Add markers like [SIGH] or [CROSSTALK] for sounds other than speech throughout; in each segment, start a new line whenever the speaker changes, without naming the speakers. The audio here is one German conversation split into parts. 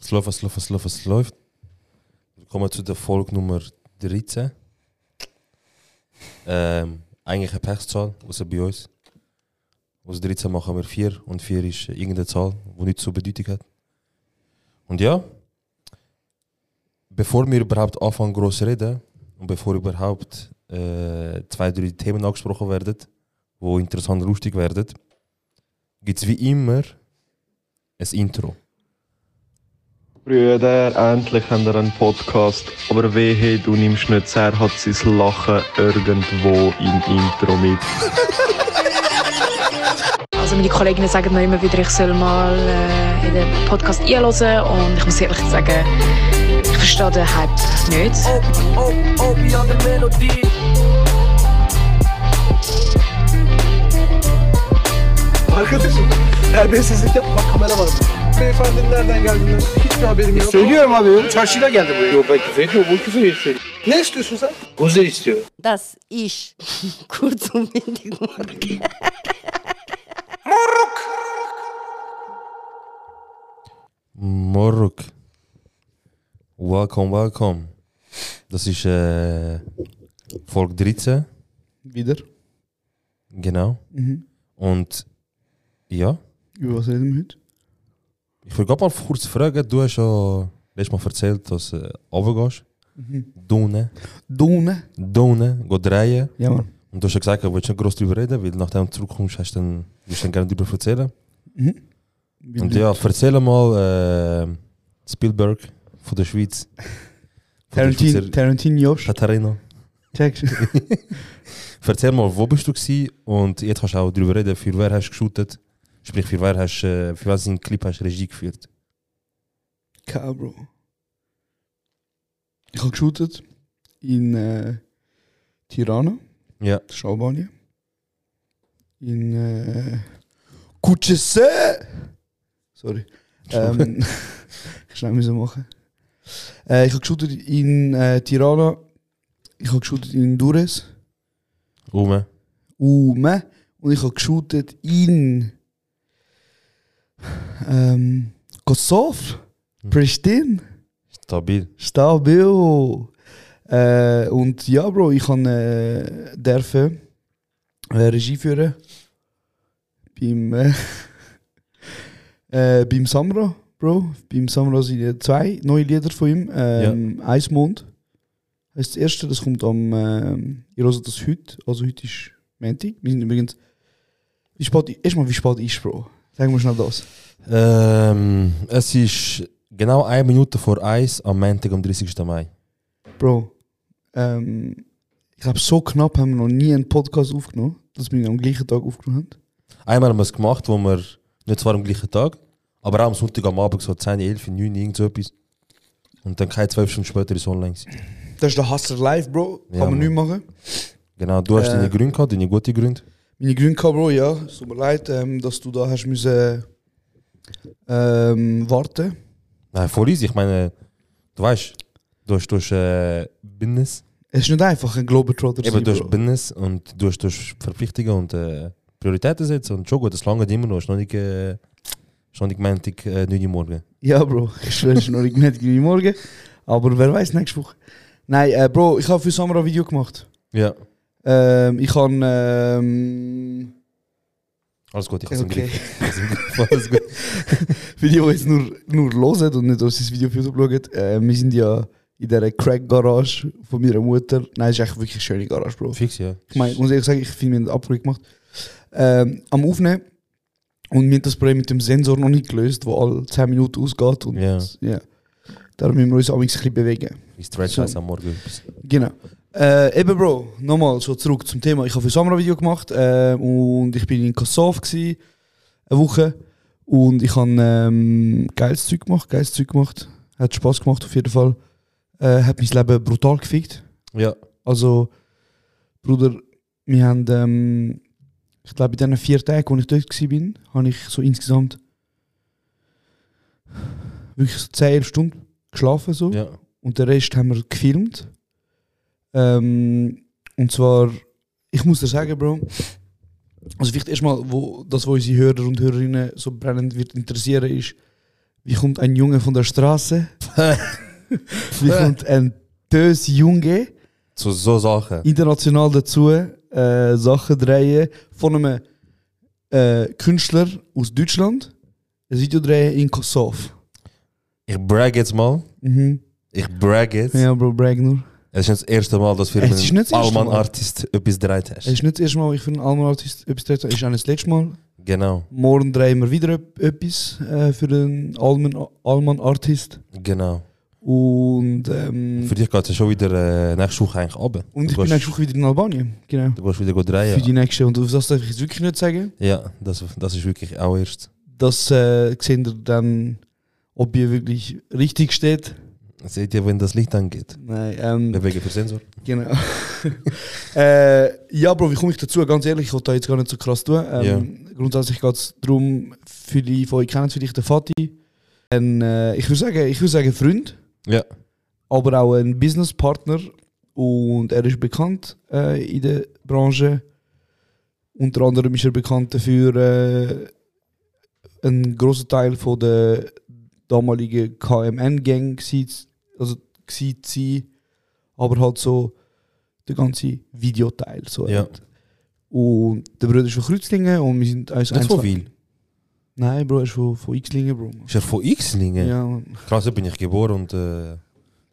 Es läuft, es läuft, es läuft, es läuft. Wir kommen zu der Folge Nummer 13. Ähm, eigentlich eine Pechzahl, außer bei uns. Aus 13 machen wir 4 und 4 ist irgendeine Zahl, die nichts zur Bedeutung hat. Und ja, bevor wir überhaupt anfangen groß reden und bevor überhaupt äh, zwei, drei Themen angesprochen werden, die interessant und lustig werden, gibt es wie immer ein Intro.
Brüder, endlich haben wir einen Podcast. Aber wehe, du nimmst nicht sehr, hat sein Lachen irgendwo im Intro mit.
Also meine Kolleginnen sagen mir immer wieder, ich soll mal äh, in den Podcast einhören und ich muss ehrlich sagen, ich verstehe den Hype nicht.
Arkadaşım terbiyesizlik yapma kameraman. Beyefendi nereden geldiniz? Hiçbir haberim yok.
Söylüyorum abi. Çarşıyla geldi buraya. Yok ben küfür etmiyorum. Bu küfür istiyor.
Ne istiyorsun sen?
Buzzer istiyor.
dass ich kurz und bündig mache.
Moruk. Welcome, welcome. Das ist äh, Folge 13,
Wieder?
genau.
Mhm.
Und ja,
Über was reden wir heute?
ich will grad mal kurz fragen, du hast ja letztes Mal erzählt, dass du äh, runtergehst.
Mhm.
Donen,
Du, ne?
donen, geh drehen.
Ja, Mann.
Und du hast ja gesagt, du willst nicht groß drüber reden, weil nachdem du zurückkommst, hast du dann, willst du dann gerne darüber erzählen.
Mhm. Wie
Und
blöd.
ja, erzähl mal äh, Spielberg von der Schweiz. Von der
Tarantino,
Schweizer-
Tarantino Josh.
Katharina. [LAUGHS]
[LAUGHS] Checkst du?
Erzähl mal, wo bist du gsi und jetzt kannst du auch darüber reden, für wer hast du geshootet, sprich für wer hast äh, für was in Clip hast du Regie geführt.
Ka, Bro. Ich habe geshootet in äh, Tirana,
Ja.
das ist Albanien. In äh, Kutschese! Sorry. Ähm, [LAUGHS] ich schnell müssen machen. Äh, ich habe geshootet in äh, Tirana. Ich habe geshootet in Dures.
Ume.
Ume um. und ich habe geshootet in ähm, Kosovo, Pristin,
Stabil.
Stabil. Äh, und ja, Bro, ich kann äh, dürfen äh, Regie führen beim äh, [LAUGHS] äh, beim Samra, Bro. Beim Samra sind ja zwei neue Lieder von ihm. Ähm, Eismond heißt das erste, das kommt am ähm, ihr hört das heute, also heute ist Menti. Wir sind übrigens wie spät, erstmal wie spät ist, Bro? Sagen wir schnell das.
Ähm, es ist genau eine Minute vor eins am Montag am 30. Mai.
Bro, ähm, ich glaube, so knapp haben wir noch nie einen Podcast aufgenommen, dass wir ihn am gleichen Tag aufgenommen haben.
Einmal haben wir es gemacht, wo wir nicht zwar am gleichen Tag, aber auch am Sonntag am Abend so 10, 11, 9, irgend so etwas. Und dann keine zwölf Stunden später ist es online. gewesen.
Das ist der Hustler Live, Bro. Kann
Ja,
man
Mann.
nicht machen.
Genau, du hast
Äh.
deine Gründe gehabt, deine gute Gründe.
Meine Gründe, gehabt, Bro, ja. Es tut mir leid, ähm, dass du da hast müssen ähm, warten.
Nein, voll easy. Ich meine, du weißt, du hast, du hast äh, Business.
Es ist nicht einfach ein Globetrotter
Eben, du hast
Bro.
Business und du hast, du hast Verpflichtungen und äh, Prioritäten setzen und schon gut, das lange immer noch. Ist noch nicht, äh, ist noch nicht Montag, äh, 9 Uhr morgen.
Ja, Bro, [LAUGHS] ich schwöre, es ist noch nicht mehr wie morgen. Aber wer weiß, nächste Woche. Nein, äh, Bro, ich habe für Samra ein Video gemacht.
Ja,
Ähm, ich habe. Ähm,
alles gut, ich hab's
okay.
im Griff. [LAUGHS] Alles gut.
Für die, die jetzt nur, nur hören und nicht unser Video auf YouTube schauen, äh, wir sind ja in dieser Crack-Garage von meiner Mutter. Nein, es ist echt wirklich eine schöne Garage, Bro.
Fix, ja.
Ich meine, ich muss ehrlich sagen, ich finde, wir haben das abruhig gemacht. Ähm, am Aufnehmen und wir haben das Problem mit dem Sensor noch nicht gelöst, der alle 10 Minuten ausgeht. Und,
Ja.
ja. Darum müssen wir uns auch ein bisschen bewegen.
Ich stretch
So.
das am Morgen etwas.
Genau. Äh, eben, Bro, nochmal so zurück zum Thema. Ich habe für Samra ein Video gemacht äh, und ich bin in Kosovo gsi, eine Woche und ich habe ähm, geiles Zeug gemacht, geiles Zeug gemacht. Hat Spaß gemacht auf jeden Fall. Äh, hat mein Leben brutal gefickt.
Ja,
Also, Bruder, wir haben, ähm, ich glaube, in diesen vier Tagen, wo ich dort war, habe ich so insgesamt wirklich so 10, 11 Stunden geschlafen. So
ja.
und den Rest haben wir gefilmt. Ähm, und zwar, ich muss dir sagen, Bro, also vielleicht erstmal, wo, das, was unsere Hörer und Hörerinnen so brennend wird interessieren, ist, Wie kommt ein Junge von der [LAUGHS] Straße? Wie kommt ein tös Junge
Zu so Sachen.
international dazu, äh, Sachen drehen von einem äh, Künstler aus Deutschland? Ein Video drehen in Kosovo.
Ich brag jetzt mal.
Mhm.
Ich brag jetzt.
Ja, Bro, brag nur.
Es ist nicht das erste Mal, dass wir
Es
mit
ist nicht
einem
das erste Mal.
Allmann-Artist etwas gedreht
Es
hast.
Äh, ist nicht das erste Mal, wo ich für einen Almanartist etwas drehe. Es ist auch nicht das letzte Mal.
Genau,
Morgen drehen wir wieder ep- etwas äh, für einen Alman- Alman-Artist.
genau.
Und, ähm,
Für dich geht es ja schon wieder äh, nächste Woche eigentlich runter.
und ich
du
bin
gehst,
nächste Woche wieder in Albanien. Genau.
Du gehst wieder gut
Für die
drehen.
nächste. Und auf das darf ich jetzt wirklich nicht sagen.
Ja, das, das ist wirklich auch erst.
Das äh, seht ihr dann, ob ihr wirklich richtig steht.
Seht ihr, wenn das Licht angeht?
Nein, ähm,
Wegen für Sensor.
genau. [LAUGHS] äh, ja, Bro, wie komme ich dazu? Ganz ehrlich, ich wollte da jetzt gar nicht so krass tun. Ähm, Grundsätzlich geht es darum, viele von euch kennen vielleicht den Fatih. Ein, äh, ich würde sagen, ich würde sagen Freund.
Ja.
aber auch ein Businesspartner und er ist bekannt äh, in der Branche. Unter anderem ist er bekannt dafür, äh, einen grossen Teil von der damaligen KMN-Gang gewesen- also gewesen zu sein, aber halt so der ganze Videoteil. So
Ja.
halt. Und der Bruder ist von Kreuzlingen und wir sind also
Nicht von viel.
Nein, Bro, er ist von, von Xlingen, Bro.
Ist er von Xlingen?
Ja, Mann.
Krass, da bin ich geboren und äh,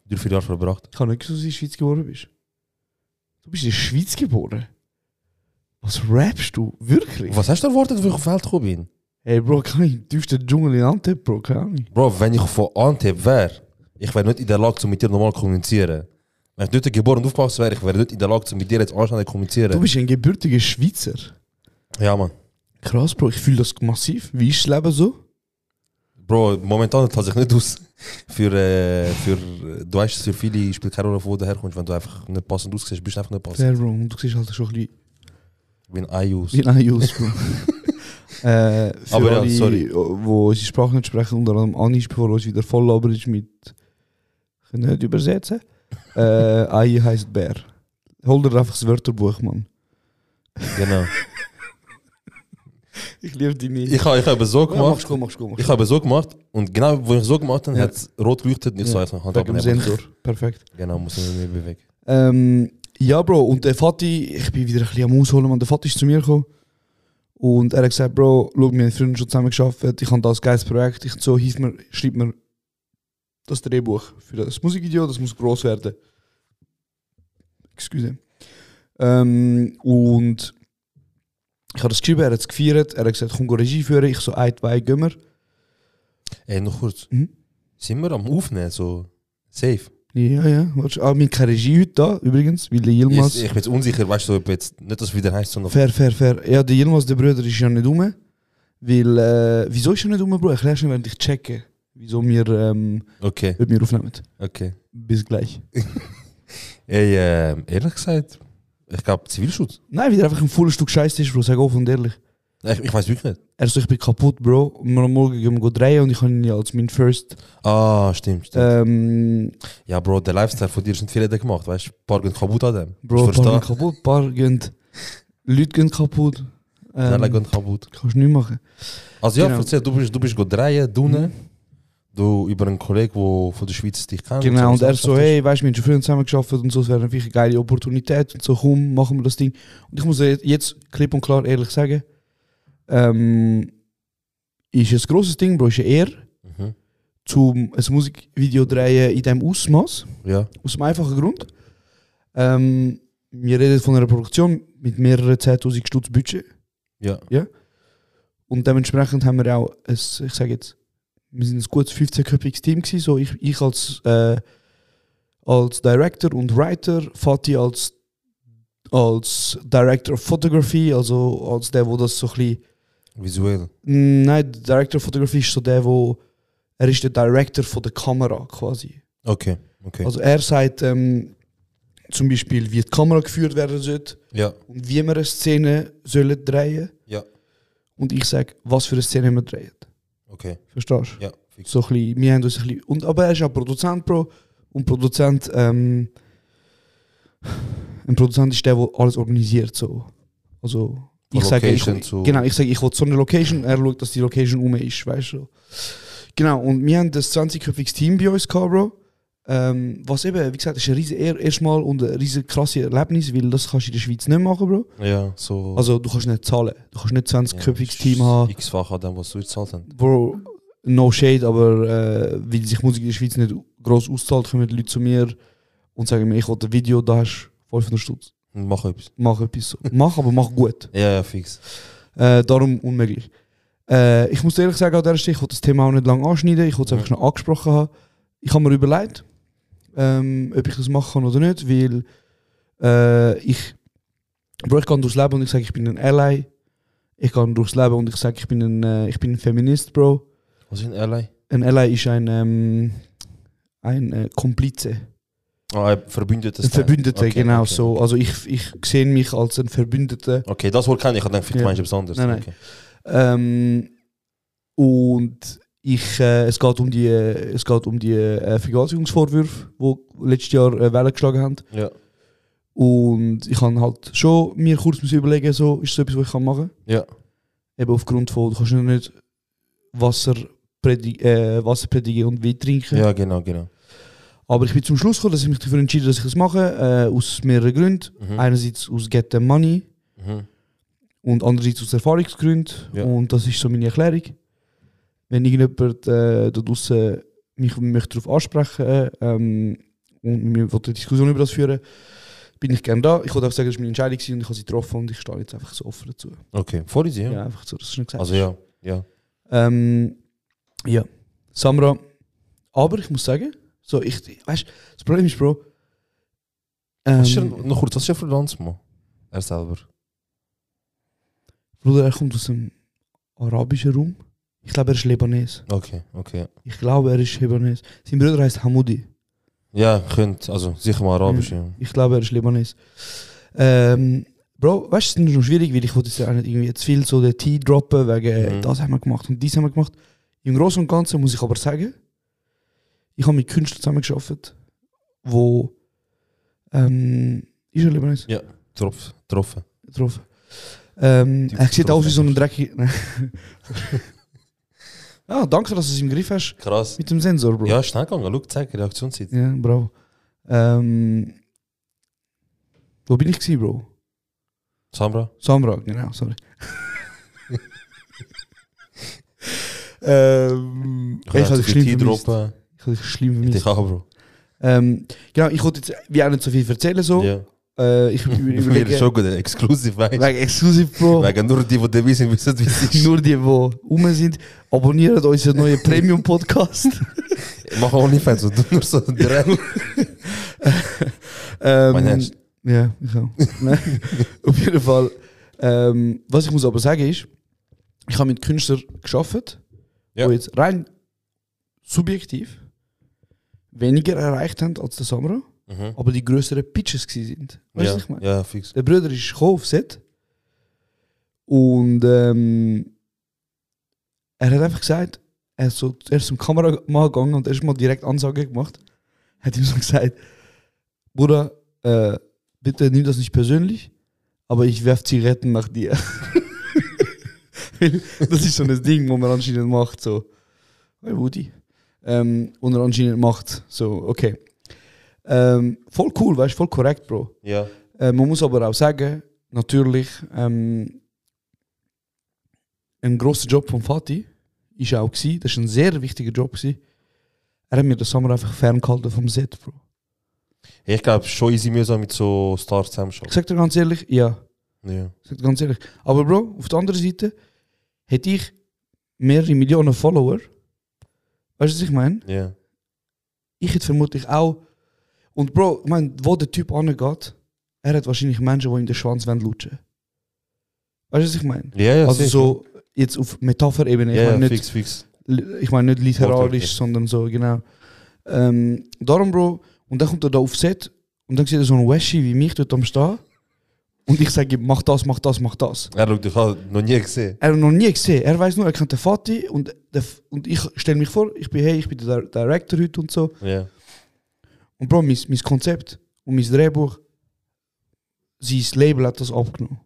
durch vier Jahre verbracht.
Ich kann nicht wissen, dass du in der Schweiz geboren bist. Du bist in der Schweiz geboren? Was rappst du? Wirklich?
Was hast du erwartet, wo ich auf die Welt gekommen bin?
Hey Bro, kann ich tief den Dschungel in Antep, Bro? Keine Ahnung.
Bro, wenn ich von Antep wäre, ich wäre nicht in der Lage, um mit dir normal zu kommunizieren. Wenn ich dort geboren und aufgewachsen wäre, ich wäre nicht in der Lage, um mit dir jetzt anständig zu kommunizieren.
Du bist ein gebürtiger Schweizer.
ja, Mann.
Krass, Bro, ich fühle das massiv. Wie ist das Leben so?
Bro, momentan zahlt sich nicht aus. [LAUGHS] Für, äh, für, du weißt, für viele spielt keine Rolle, wo du herkommst. Wenn du einfach nicht passend aussiehst, bist du einfach nicht passend.
Fair, Bro, und du siehst halt schon ein bisschen
Ich bin IUS.
wie ein Jus, [LAUGHS] Bro. Ah, äh, für
Aber Ah, ja,
alle,
sorry.
oh, wo unsere Sprache nicht sprechen, unter anderem Anis, bevor er uns wieder voll labert ist mit... Ich kann nicht übersetzen. äh, Ei heisst Bär. Hol dir einfach das Wörterbuch, Mann.
Genau.
Ich liebe dich nicht.
Ich habe ich hab so gemacht.
gut, mach's gut, machst
Ich habe so gemacht. Und genau, wo ich so gemacht habe,
Ja.
hat es rot geleuchtet. Und ich
Ja.
so, jetzt Hand
Wegen dem
abnehmen.
Sensor. Perfekt.
Genau, muss ich mich nicht bewegen.
Ähm, ja, Bro, und der Vati, ich bin wieder ein bisschen am Ausholen, man. Der Vati ist zu mir gekommen. Und er hat gesagt, Bro, schau, wir haben früher schon zusammen geschafft, ich habe das geiles Projekt, ich so, hieß mir, schreib mir das Drehbuch für das Musikvideo, das muss gross werden. Excuse. Ähm, und ich habe das geschrieben, er hat es gefeiert, er hat gesagt, komm, go Regie führen, ich so, ein, zwei, gehen wir.
Ey, Äh, noch kurz.
Mhm.
Sind wir am Aufnehmen? So, safe.
Ja, ja. Warte, ah, wir haben keine Regie heute da, übrigens, weil der Yilmaz...
Ich, ich bin jetzt unsicher, weißt du, ob jetzt nicht das wieder heißt, sondern.
Fair, fair, fair. Ja, der Yilmaz, der Bruder, ist ja nicht rum. Weil, äh, wieso ist er nicht rum, Bro? Erklärst du mir, während ich checke, wieso wir ähm,
Okay,
heute wir aufnehmen.
okay.
Bis gleich.
Ey, äh, ehrlich gesagt, ich glaube, Zivilschutz.
Nein, wieder einfach ein volles Stück Scheiße ist, Bro. Sag offen und ehrlich.
Ich, ich weiß wirklich nicht.
Er so, ich bin kaputt, Bro. Und am Morgen gehen wir go drehen und ich habe ihn ja als mein First.
Ah, stimmt. stimmt.
Ähm,
Ja, Bro, der Lifestyle von dir ist nicht viel Reden gemacht, weißt du? Ein paar gehen kaputt an dem.
Bro,
ich
ein paar
verstehe.
gehen kaputt, ein paar gehen. Leute gehen kaputt.
Alle
Ähm,
gehen kaputt.
kannst du nicht machen.
Also ja,
Genau. Mhm.
erzähl, du bist, du bist go drehen, du ne? Du über einen Kollegen, der von der Schweiz dich kennt.
Genau, und
so
er so, hey, weißt du, wir haben schon früher zusammen geschafft und so, es wäre natürlich eine geile Opportunität und so, komm, machen wir das Ding. Und ich muss dir jetzt klipp und klar ehrlich sagen, ähm, ist ein grosses Ding, Bro, ist eine Ehre,
Mhm.
zum ein Musikvideo drehen in diesem Ausmaß,
Ja,
aus dem einfachen Grund. Ähm, wir reden von einer Produktion mit mehreren 10.000 Stutz Budget
ja.
und dementsprechend haben wir auch, ein, ich sage jetzt, wir sind ein gutes 15-köpfiges Team gewesen, so ich, ich als äh, als Director und Writer, Fatih als, als Director of Photography, also als der, wo das so ein bisschen...
Visuell.
Nein, der Director of Photography ist so der, wo... Er ist der Director von der Kamera quasi.
Okay, okay.
Also er sagt ähm, zum Beispiel, wie die Kamera geführt werden sollte
ja,
und wie wir eine Szene sollen drehen
Ja.
Und ich sage, was für eine Szene wir drehen.
okay.
Verstehst du?
Ja, fix.
So ein bisschen, wir haben uns ein bisschen... Und, aber er ist auch Produzent, Bro. Und Produzent... Ähm, ein Produzent ist der, der alles organisiert. So. Also...
Von
Ich sage, ich,
Location zu-
genau, ich sage, ich will so eine Location, er schaut, dass die Location um ist, weißt du. Genau, und wir haben das 20-köpfiges Team bei uns gehabt, Bro. Ähm, was eben, wie gesagt, ist ein riesen Ehr erstmal und ein riesen krasse Erlebnis, weil das kannst du in der Schweiz nicht machen, Bro.
Ja, so.
Also du kannst nicht zahlen. Du kannst nicht 20-köpfiges Team haben.
X-fach an dem, was du gezahlt hast.
Bro, no shade, aber äh, weil sich Musik in der Schweiz nicht gross auszahlt, kommen die Leute zu mir und sagen mir, ich will ein Video, da hast du 500 Stutz.
Mach etwas.
Mach etwas. so. mach, aber mach gut.
Ja, ja, fix.
Äh, darum unmöglich. Äh, ich muss dir ehrlich sagen, an dieser Stelle, ich wollte das Thema auch nicht lange anschneiden, ich wollte es
Ja.
einfach schon angesprochen haben. Ich habe mir überlegt, ähm, ob ich das machen kann oder nicht, weil äh, ich, bro, ich kann durchs Leben und ich sage, ich bin ein Ally. Ich kann durchs Leben und ich sage, ich bin ein, äh, ich bin ein Feminist, Bro.
Was ist in Ally?
Ein Ally ist ein, ähm, ein äh, Komplize.
Ah, ein Verbündetes.
Ein Verbündeter,
Okay,
genau
okay.
so. Also ich, ich sehe mich als ein Verbündeter
Okay, das Wort kann ich. Ich denke, für die
Ja.
Menschen etwas anderes.
Nein, nein.
Okay.
Ähm, und ich, äh, es geht um die, äh, es geht um die äh, Vergewaltigungsvorwürfe, die letztes Jahr äh, Wellen geschlagen haben.
Ja.
Und ich kann halt schon mir kurz müssen überlegen, so, ist das etwas, was ich kann machen kann.
Ja.
Eben aufgrund von, du kannst ja nicht Wasser, predi äh, Wasser predigen und Wein trinken.
ja, genau, genau.
Aber ich bin zum Schluss gekommen, dass ich mich dafür entschieden dass ich das mache, äh, aus mehreren Gründen.
Mhm.
Einerseits aus Get the Money
Mhm.
und andererseits aus Erfahrungsgründen.
Ja.
Und das ist so meine Erklärung. Wenn irgendjemand äh, da draußen mich möchte darauf ansprechen äh, ähm, und wir wollen eine Diskussion über das führen, bin ich gerne da. Ich würde auch sagen, das war meine Entscheidung gewesen und ich habe sie getroffen und ich stehe jetzt einfach so offen dazu.
Okay, vor dir,
Ja,
ja.
einfach so, dass du es nicht gesagt
Also ja, ja.
ähm, ja, Samra. Aber ich muss sagen, so ich, weißt, das Problem ist, Bro.
Was ist er,
Ähm,
noch kurz, was ist er für ein Landsmann? Er selber.
Bruder, er kommt aus dem arabischen Raum. Ich glaube, er ist Libanes.
Okay, okay.
Ich glaube, er ist Libanes. Sein Bruder heißt Hamoudi.
Ja, könnt, also sicher mal
Mhm.
Arabisch, ja.
Ich glaube, er ist Libanes. Ähm, Bro, weißt du, es ist noch schwierig, weil ich wollte jetzt auch nicht irgendwie zu viel so den Tee droppen, wegen äh,
Mhm.
das haben wir gemacht und dies haben wir gemacht. Im Großen und Ganzen muss ich aber sagen, ich habe mit Künstlern zusammengearbeitet, wo ähm, ist er Libanes?
Ja. Tropf, getroffen.
Getroffen. Ähm,
Die
er sieht
Tropfen
aus wie so ein dreckiger... Nein. [LAUGHS] ah, danke, dass du es im Griff hast
Krass.
mit dem Sensor, Bro.
Ja, schnell gegangen. Schau, zeig, Reaktionszeit.
Ja, Bro. Ähm, wo bin ich gewesen, Bro?
Samra?
Samra, genau, sorry. [LAUGHS] ähm, ich
hab
habe
zu
dich
viel
schlimm
Tee
vermisst.
droppen.
Ich habe dich schlimm
Ich
vermisst.
auch, Bro.
Ähm, genau, ich wollte jetzt wie auch nicht so viel erzählen. So.
Ja.
Äh, ich
[LAUGHS]
überlege,
Wir schon gut, äh, exklusiv, weißt
wegen Exclusive Pro,
Wegen nur die, die dabei sind, wissen, wie es ist.
[LAUGHS] nur die, die rum sind, abonniert unseren neuen Premium-Podcast.
Mach auch nicht Fans, du nur so [LAUGHS] direkt. [LAUGHS]
Ähm,
Mein Ernst?
Ja,
[LAUGHS]
ich auch. Nein, Auf jeden Fall. Ähm, was ich muss aber sagen ist, ich habe mit Künstlern geschafft,
Ja.
die jetzt rein subjektiv weniger erreicht haben als der Samra,
Mhm.
aber die größeren Pitches gewesen sind. Weißt du,
Ja,
was ich meine?
ja, fix.
Der Bruder ist gekommen auf Set und ähm, er hat einfach gesagt, er ist, so, er ist zum Kameramann gegangen und erstmal direkt Ansage gemacht. Hat ihm so gesagt, Bruder, äh, bitte nimm das nicht persönlich, aber ich werf Zigaretten nach dir. [LAUGHS] Weil das ist so ein Ding, wo man anscheinend macht, so, hey Woody. Ähm, und er anscheinend macht, so, okay. Ähm, voll cool, weißt du, voll korrekt, Bro.
Ja.
Äh, man muss aber auch sagen, natürlich, ähm, ein grosser Job von Fatih war auch, gewesen, das war ein sehr wichtiger Job. Gewesen. Er hat mir den Sommer einfach ferngehalten vom Set, Bro.
Ich glaube, schon easy mühsam mit so Stars
Ich
zusammenarbeiten.
sag dir ganz ehrlich, ja.
Ja.
Ich sag dir ganz ehrlich. Aber Bro, auf der anderen Seite hätte ich mehrere Millionen Follower. Weißt du, was ich meine?
Ja.
ich hätte vermutlich auch. Und Bro, ich meine, wo der Typ angeht, er hat wahrscheinlich Menschen, die ihm den Schwanz wollen lutschen. Weißt du, was ich meine?
Ja, ja,
also
sicher.
so jetzt auf Metapherebene. Ich
Ja,
meine
ja,
nicht,
fix, fix.
li- ich meine nicht literarisch,
Wortwörtlich.
sondern so, genau. Ähm, darum, Bro, und dann kommt er da auf Set und dann sieht er so einen Washi wie mich dort am Stehen. Und ich sage ihm, mach das, mach das, mach das.
Er schaut dich an, noch nie gesehen.
Er hat noch nie gesehen. Er weiß nur, er kennt den Vati und, der, F- und ich stelle mich vor, ich bin, hey, ich bin der Di- Director heute und so.
Ja.
Und Bro, mein, mein Konzept und mein Drehbuch, sein Label hat das abgenommen.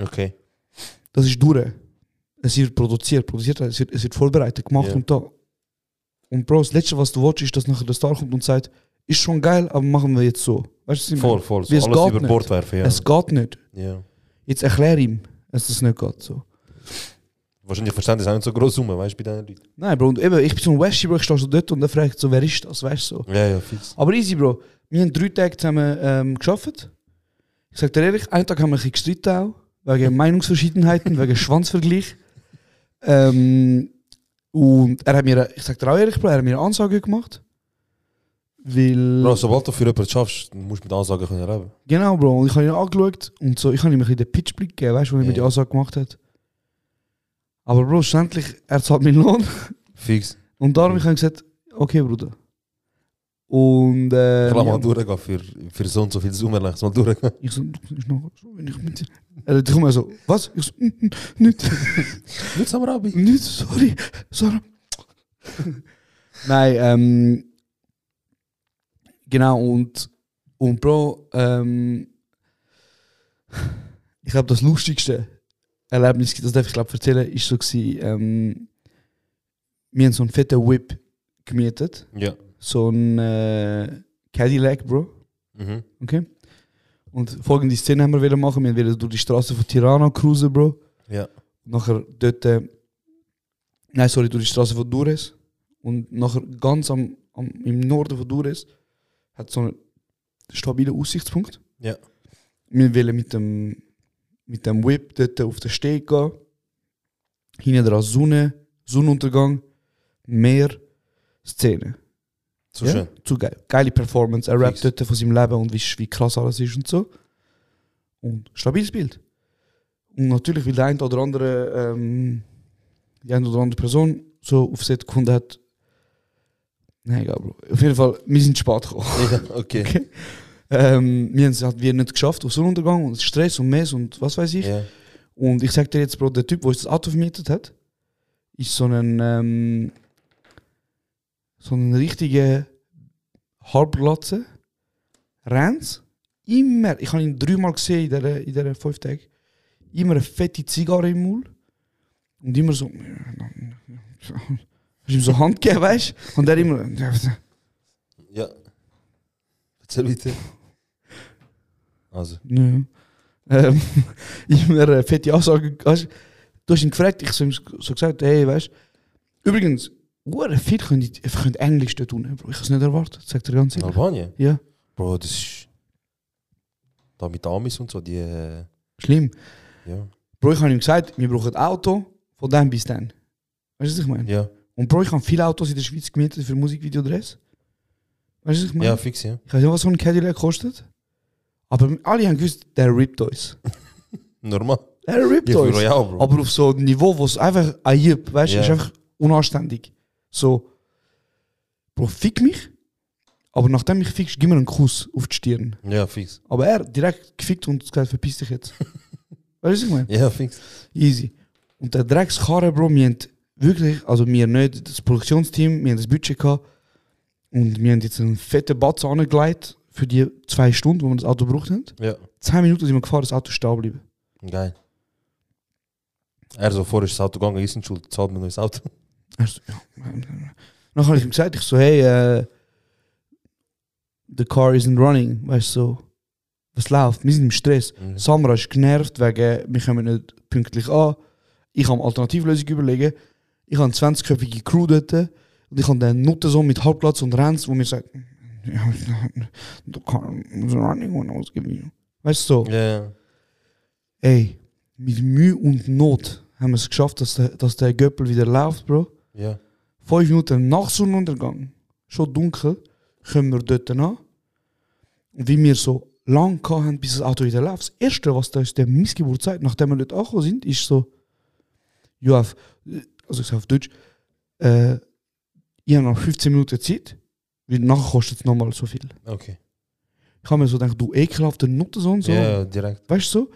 Okay.
Das ist durch. Es wird produziert, produziert, es wird, es wird vorbereitet, gemacht
Ja.
und da. Und Bro, das Letzte, was du willst, ist, dass nachher der Star kommt und sagt, ist schon geil, aber machen wir jetzt so. Weißt du, was ich
Voll,
meine?
voll. So
Wie es
alles
geht
über
nicht.
Bord werfen, ja.
Es geht nicht.
ja.
Jetzt erklär ihm, dass es nicht geht. So.
Wahrscheinlich Verständnis auch nicht so groß rum, weißt du, bei diesen Leuten.
Nein, Bro, und eben, ich bin so ein Washi, Bro, ich stehe so dort und er fragt so, wer ist das, weißt du so.
Ja, ja, fix.
Aber easy, Bro. Wir haben drei Tage zusammen ähm, geschafft. Ich sag dir ehrlich, einen Tag haben wir ein bisschen gestritten auch,
[LAUGHS]
wegen Meinungsverschiedenheiten, wegen Schwanzvergleich. Ähm, und er hat mir, ich sag dir auch ehrlich, Bro, er hat mir eine Ansage gemacht. Weil.
Bro, sobald du für jemanden schaffst, musst du mit Ansagen können leben.
Genau, Bro. Und ich habe ihn angeschaut und so, ich habe ihm ein bisschen den Pitchblick gegeben, weißt du, wo er mir
Ja.
die Ansage gemacht hat. Aber Bro, schlussendlich, er zahlt meinen [LAUGHS] Lohn.
Fix.
Und darum
Mhm.
ich habe ich gesagt, okay, Bruder. Und äh,
Ich lass mal
ja,
durchgehen für, für so und so viel Summe, lass mal durchgehen.
ich so, du bist noch so wenig mit [LAUGHS] Also, dir. Er hat immer so, was? Ich so, "Mm, mm, nicht,
Nicht Samarabi.
nicht, sorry, sorry. [LAUGHS] Nein, ähm, genau, und, und Bro, ähm, ich glaube, das lustigste Erlebnis, das darf ich glaube erzählen, ist so gewesen, ähm, wir haben so einen fetten Whip gemietet.
Ja.
so ein äh, Cadillac, Bro.
Mhm.
Okay? Und folgende Szene haben wir wieder machen. Wir werden durch die Straße von Tirana cruisen, Bro.
Ja.
Nachher dort. Äh, nein, sorry, durch die Straße von Dures. Und nachher ganz am, am, im Norden von Dures hat so einen stabilen Aussichtspunkt.
Ja.
Wir wollen mit dem, mit dem Whip dort auf den Steg gehen. Hinten dran Sonne, Sonnenuntergang, Meer, Szene.
So
Ja,
schön.
Zu geil. Geile Performance. Er
Fix.
rappt dort von seinem Leben und wie, wie krass alles ist und so. Und stabiles Bild. Und natürlich, weil der eine oder andere, ähm, die eine oder andere Person so auf Set gefunden hat. Nein, egal, Bro. Auf jeden Fall, wir sind spät gekommen.
Ja, okay.
Okay. Ähm, wir haben es halt wir nicht geschafft auf Sonnenuntergang und Stress und Mess und was weiß ich.
Ja.
Und ich sag dir jetzt, Bro, der Typ, der uns das Auto vermietet hat, ist so ein, ähm, so ein richtiger Halbglatze. Rennt immer, ich habe ihn dreimal gesehen in diesen in dieser fünf Tagen, immer eine fette Zigarre im Mund und immer so, [LAUGHS] hast ihm so Hand gegeben, weißt du? Und er immer, [LAUGHS]
Ja. Erzähl bitte. Also,
Ja. [LAUGHS] Ähm, immer eine fette Ansage. Hast, du hast ihn gefragt, ich habe ihm so gesagt, hey, weißt du, übrigens, hure viel könnt ihr könnt Englisch dort tun, Bro. Ich habe es nicht erwartet, sagt er ganz
in
ehrlich.
Albanien?
Ja,
Bro, das ist. Da mit Amis und so, die. äh,
schlimm.
Ja.
Bro, ich habe ihm gesagt, wir brauchen ein Auto von dann bis dann. Weißt du, was ich meine?
Ja,
Und Bro, ich habe viele Autos in der Schweiz gemietet für Musikvideodress. Weißt du, was ich meine?
ja fix, ja.
Ich weiß nicht, was so ein Cadillac kostet. Aber alle haben gewusst, der rippt uns.
Normal.
Der
Ja,
rippt
für
uns.
Royal, Bro.
Aber auf so einem Niveau, wo es einfach Ayub, weißt du,
Ja.
ist einfach unanständig. So, Bro, fick mich, aber nachdem ich fickst, gib mir einen Kuss auf die Stirn.
Ja, fix.
Aber er direkt gefickt und gesagt, verpiss dich jetzt. weißt du, was ich meine?
Ja, fix.
Easy. Und der Dreckskarre, Bro, wir haben wirklich, also wir nicht, das Produktionsteam, wir haben das Budget gehabt und wir haben jetzt einen fetten Batz angelegt für die zwei Stunden, wo wir das Auto gebraucht haben.
Ja.
Zehn Minuten sind wir gefahren, das Auto ist stehen geblieben.
Geil. Er so vorher ist das Auto gegangen, ist in Schuld, zahlt mir neues Auto.
Er so, ja. Dann habe ich ihm gesagt, ich so, hey, äh, the car isn't running. Weißt du, so, was läuft? Wir sind im Stress.
[LAUGHS] Mhm.
Samra ist genervt wegen, wir kommen nicht pünktlich an. Ich habe Alternativlösung überlegen. Ich habe eine 20-köpfige Crew dort und ich habe den Nuttensohn mit Halbplatz und Renz, wo mir sagt, ja, the car isn't running when I was giving you. Weißt du, so.
Ja, ja.
ey, mit Mühe und Not haben wir es geschafft, dass der, dass der Göppel wieder läuft, Bro.
Ja.
Vijf minuten nach Sonnenuntergang, schon dunkel, kommen wir dort an. Und wie wir so lang hatten, bis das Auto wieder läuft, das Erste, was da ist, der Missgeburt sagt, nachdem wir dort angekommen sind, ist so, you have, also ich sage auf Deutsch, äh, ich habe noch 15 Minuten Zeit, weil nachher kostet es nochmal so viel.
Okay.
Ich habe mir so gedacht, du ekelhafter Nuttensohn, so.
Ja, ja, direkt.
Weißt du so?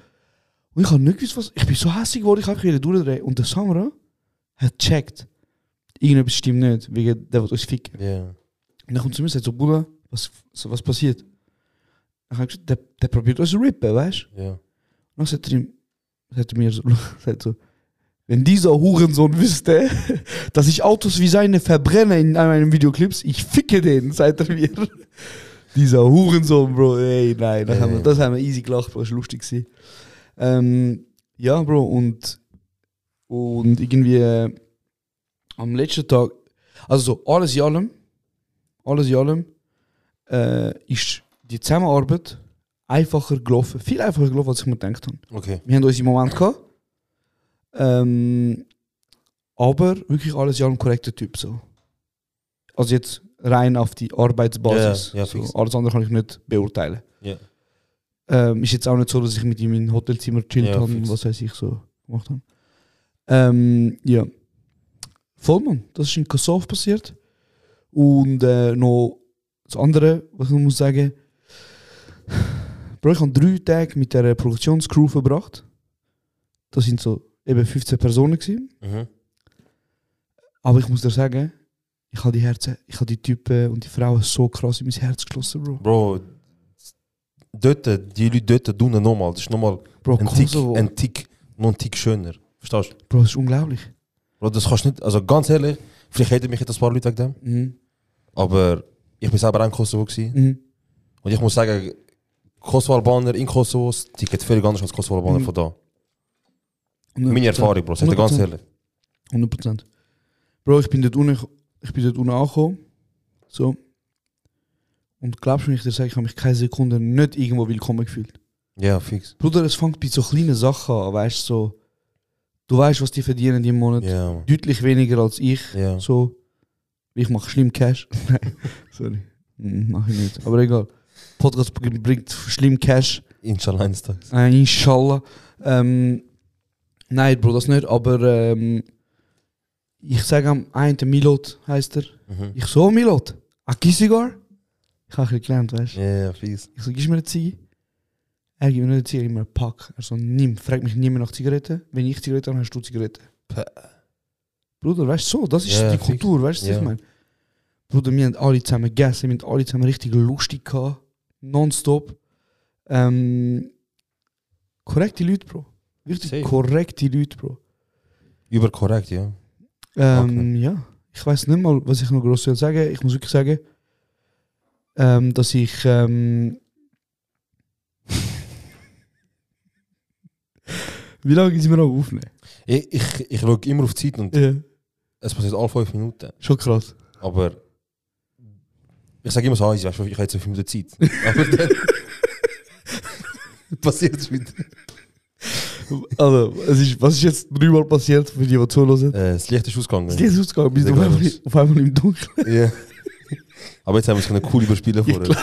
Und ich habe nicht gewusst, was. Ich bin so hässlich geworden, ich habe wieder durchdrehen. Und der Samra hat gecheckt. Irgendetwas stimmt nicht, wegen der, was uns ficken.
Ja.
Und dann kommt zu mir und sagt so, Bruder, was, so, was passiert? Dann habe ich gesagt, der, der probiert uns zu rippen, weißt du?
Ja.
[LAUGHS] Und dann sagt er ihm, sagt er mir so, sagt so Wenn dieser Hurensohn wüsste, [LAUGHS] dass ich Autos wie seine verbrenne in meinen Videoclips, ich ficke den, seid ihr mir. [LAUGHS] Dieser Hurensohn, Bro. Ey, nein, das,
Ey.
Haben wir, das haben wir easy gelacht, Bro. Das war lustig. gewesen. Ähm, ja, Bro, und, und irgendwie äh, am letzten Tag, also so, alles in allem, alles in allem, äh, ist die Zusammenarbeit einfacher gelaufen, viel einfacher gelaufen, als ich mir gedacht habe.
Okay.
Wir haben unsere Moment gehabt. Ähm, aber wirklich alles ja ein korrekter Typ. So. Also jetzt rein auf die Arbeitsbasis.
Ja, ja,
so.
fix.
Alles andere kann ich nicht beurteilen.
Ja.
Ähm, ist jetzt auch nicht so, dass ich mit ihm in Hotelzimmer chillt
Ja,
habe und
fix.
was weiß ich so gemacht habe. Ähm, ja. Voll, Mann. Das ist in Kosovo passiert. Und äh, noch das andere, was ich muss sagen, Bro, ich habe drei Tage mit der Produktionscrew verbracht. Das sind so eben 15 Personen gewesen.
Mhm.
Aber ich muss dir sagen, ich habe die Herzen, ich habe die Typen und die Frauen so krass in mein Herz geschlossen, Bro.
Bro, dort, die Leute dort doen het normaal. Het is normaal
Bro,
een tik,
Kosovo.
een tik, nog een tik schöner. Verstaat je?
Bro, das ist unglaublich.
Bro, das kannst du nicht, also ganz ehrlich, vielleicht hätten mich jetzt ein paar Leute wegen dem,
Mhm.
aber ich bin selber auch in Kosovo gewesen.
Mhm.
Und ich muss sagen, Kosovo-Albaner in Kosovo, das Ticket völlig anders als Kosovo-Albaner
Mhm.
von da. Meine Erfahrung, Bro, sag dir
100%.
ganz ehrlich.
100%. Bro, ich bin dort unten, ich bin dort unten angekommen. So. Und glaubst du, wenn ich dir sage, ich habe mich keine Sekunde nicht irgendwo willkommen gefühlt.
Ja, fix.
Bruder, es fängt bei so kleinen Sachen an, weißt du, so, du weißt, was die verdienen im Monat.
Ja, man.
Deutlich weniger als ich.
Ja.
So, ich mache
[LAUGHS]
schlimm Cash. Nein, sorry. Mache ich nicht. Aber egal. Podcast bringt schlimm Cash.
Inshallah eines Tages.
Äh, Inshallah. Ähm, nein, Bro, das nicht. Aber ähm, ich sage am einen Milot heißt er.
Mhm.
Ich so Milot. Akisigar? Ich habe ein bisschen gelernt, weißt du?
Ja, ja, fix.
Ich so, gibst du mir eine Ziege? Er gibt mir nicht eine Ziege, er gibt mir einen Pack. Er so, nimm, frag mich nie mehr nach Zigaretten. Wenn ich Zigaretten habe, hast du Zigaretten.
Päh.
Bruder, weißt du, so, das ist
Ja, ja,
die
fix.
Kultur, weißt du, was
Ja.
ich meine? Bruder, wir haben alle zusammen gegessen, wir haben alle zusammen richtig lustig gehabt. Nonstop. Ähm, korrekte Leute, Bro. Wirklich
Safe.
korrekte Leute, Bro.
Überkorrekt, ja.
Ähm, Ja, ich weiß nicht mal, was ich noch groß will sagen. Ich muss wirklich sagen, ähm, dass ich. Ähm, [LAUGHS] Wie lange sind wir noch aufnehmen?
Ich, ich, ich schaue immer auf die Zeit und
Ja.
es passiert alle fünf Minuten.
Schon krass.
Aber ich sage immer so, ah, ich, weiß, ich habe jetzt so viel Minuten [LAUGHS] Zeit. Aber dann passiert es [LAUGHS] wieder.
[LAUGHS] Also, es ist, was ist jetzt dreimal passiert für die, die zuhören?
Äh, das Licht ist ausgegangen.
Es ist ausgegangen, bist du auf
Ja,
einmal,
glaub's.
auf einmal im Dunkeln.
Ja. Aber jetzt haben wir es können cool überspielen vorher.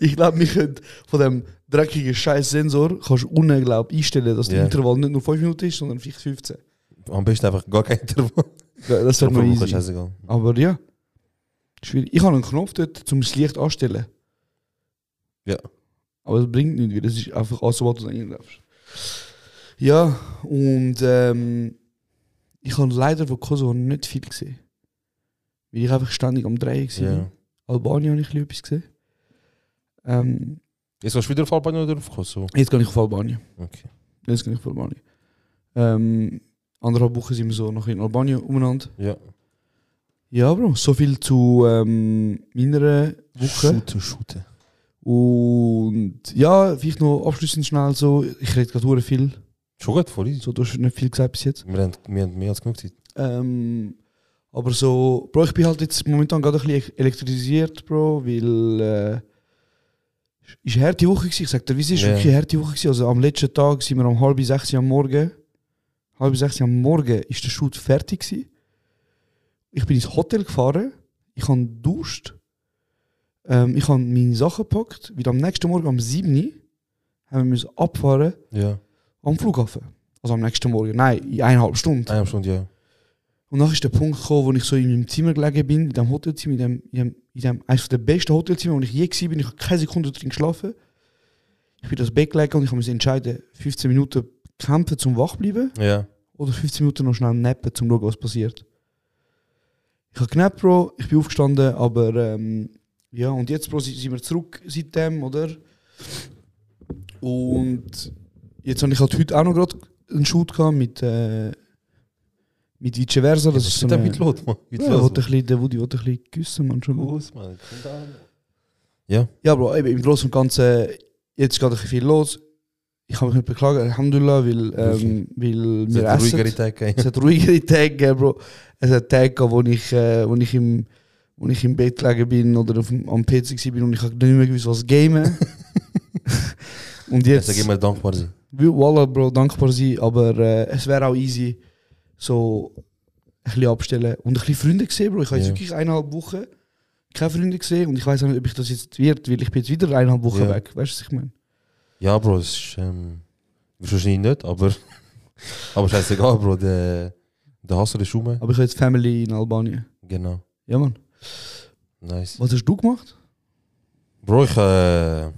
Ich glaube, wir können von dem dreckigen Scheiß-Sensor kannst du unten, glaub, einstellen, dass der
Ja.
Intervall nicht nur 5 Minuten ist, sondern vielleicht 15.
Am besten einfach gar kein Intervall.
Ja, Das wäre mal
Intervall,
easy.
scheißegal.
Aber ja, schwierig. Ich habe einen Knopf dort, um das Licht anstellen.
Ja.
Aber das bringt nichts, weil das ist einfach alles, was du einläufst. Ja, und ähm, ich habe leider von Kosovo nicht viel gesehen. Weil ich einfach ständig am Dreieck war.
Ja.
Albanien habe ich ein bisschen etwas gesehen. Ähm,
Jetzt kannst du wieder auf Albanien oder auf Kosovo?
jetzt gehe ich auf Albanien.
Okay.
Jetzt gehe ich auf Albanien. Ähm, anderthalb Wochen sind wir so noch in Albanien umeinander.
Ja.
Ja, Bro, so viel zu ähm, meiner Woche.
Shooten, shooten.
Und ja, vielleicht noch abschließend schnell so. Ich rede gerade hure viel.
Schon gut, voll easy.
So, du hast nicht viel gesagt bis jetzt.
Wir haben, wir haben mehr als genug Zeit.
Ähm, aber so, Bro, ich bin halt jetzt momentan gerade ein bisschen elektrisiert, Bro, weil. Äh, ist eine harte Woche gewesen. Ich sag dir, wie es ist,
Ja.
wirklich eine harte Woche gewesen. Also am letzten Tag sind wir um halb sechs am Morgen. Halb sechs am Morgen ist der Shoot fertig gewesen. Ich bin ins Hotel gefahren. Ich habe geduscht. Ähm, ich habe meine Sachen gepackt. Wieder am nächsten Morgen um 7 Uhr haben wir müssen abfahren
Ja.
am Flughafen. Also am nächsten Morgen. Nein, in eineinhalb Stunden.
Eine Stunde, ja.
Und dann ist der Punkt gekommen, wo ich so in meinem Zimmer gelegen bin, in dem Hotelzimmer, in dem, in dem, in dem eines der besten Hotelzimmer, wo ich je gewesen bin. Ich habe keine Sekunde drin geschlafen. Ich bin das Bett gelegen und ich habe mich entscheiden, 15 Minuten kämpfen zum wach bleiben
Ja.
oder 15 Minuten noch schnell nappen, zum schauen, was passiert. Ich habe genappt, Bro. Ich bin aufgestanden, aber ähm, ja, und jetzt, Bro, si- sind wir zurück seitdem, oder? Und jetzt habe ich halt heute auch noch gerade einen Shoot gehabt mit, äh, mit Vice Versa. Das ist so
eh,
eine, eh, ja,
Lot, Mann. Mit
der will ein bisschen, der Woody will ein bisschen küssen, man, schon gut.
Mann.
Ja, Bro, eben, im Großen und Ganzen, jetzt ist gerade ein bisschen viel los. Ich kann mich nicht beklagen, Alhamdulillah, weil, ähm, weil wir
Sollte
essen.
ruhigere Tage geben.
Es hat ruhigere Tage gegeben, eh, Bro. E Es hat Tage gehabt, wo ich, äh, wo ich, im, wo ich im Bett gelegen bin oder auf, dem- am PC gewesen bin und ich habe nicht mehr gewusst, was
[LAUGHS]
gamen. und jetzt,
Sag immer dankbar sein.
will Wallah, Bro, dankbar sein, aber äh, es wäre auch easy, so ein bisschen abstellen und ein bisschen Freunde gesehen, Bro. Ich habe jetzt
Ja.
wirklich eineinhalb Wochen keine Freunde gesehen und ich weiß auch nicht, ob ich das jetzt wird, weil ich bin jetzt wieder eineinhalb Wochen
Ja.
weg. Weißt du, was ich meine?
Ja, Bro, es ist ähm, wahrscheinlich nicht, aber, [LAUGHS] aber scheißegal, Bro. Der, der Hassel ist rum.
Aber ich habe jetzt Family in Albanien.
Genau.
Ja, Mann.
Nice.
Was hast du gemacht?
Bro, ich. Äh,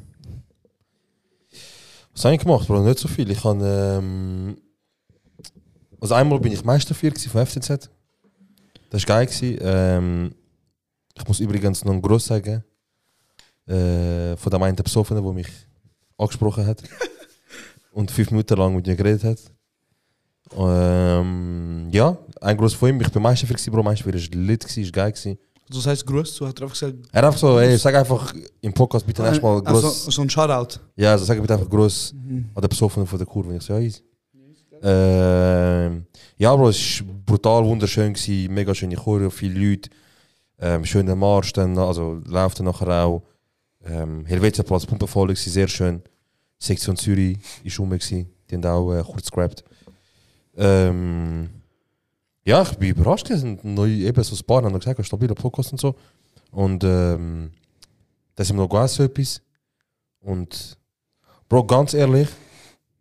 was habe ich gemacht, Bro? Nicht so viel. Ich habe. Ähm, also einmal bin ich Meister 4 gewesen von FCZ. Das war geil. Gewesen. Ähm, ich muss übrigens noch einen Gruß sagen. Äh, von dem einen Besoffenen, der mich angesprochen hat. und fünf Minuten lang mit mir geredet hat. Ähm, ja, ein Gruß von ihm. Ich bin Meister 4 gewesen, Bro. Meister 4 war lit, gewesen, ist geil. Gewesen.
Also, Das heißt, Gruß, du hast einfach gesagt,
Er hat so, ey, sag einfach im Podcast
Äh,
bitte nächstes Mal groß.
also, so, so ein Shoutout.
ja, also sag bitte einfach groß
Mhm.
an der Besoffenen von der Kurve. Ich so, ja, easy. Ähm, ja, Bro, es war brutal wunderschön, gewesen, mega schöne Choreo, viele Leute, ähm, schöner Marsch, dann, also läuft dann nachher auch. Ähm, Helvetiaplatz, pumpenvoll, gewesen, sehr schön. Sektion Zürich ist rum, gewesen, die haben auch äh, kurz scrapped. Ähm, ja, ich bin überrascht, gewesen, neu, eben so ein paar haben noch gesagt, stabiler Podcast und so. Und ähm, da sind wir noch gegessen, etwas. Und Bro, ganz ehrlich,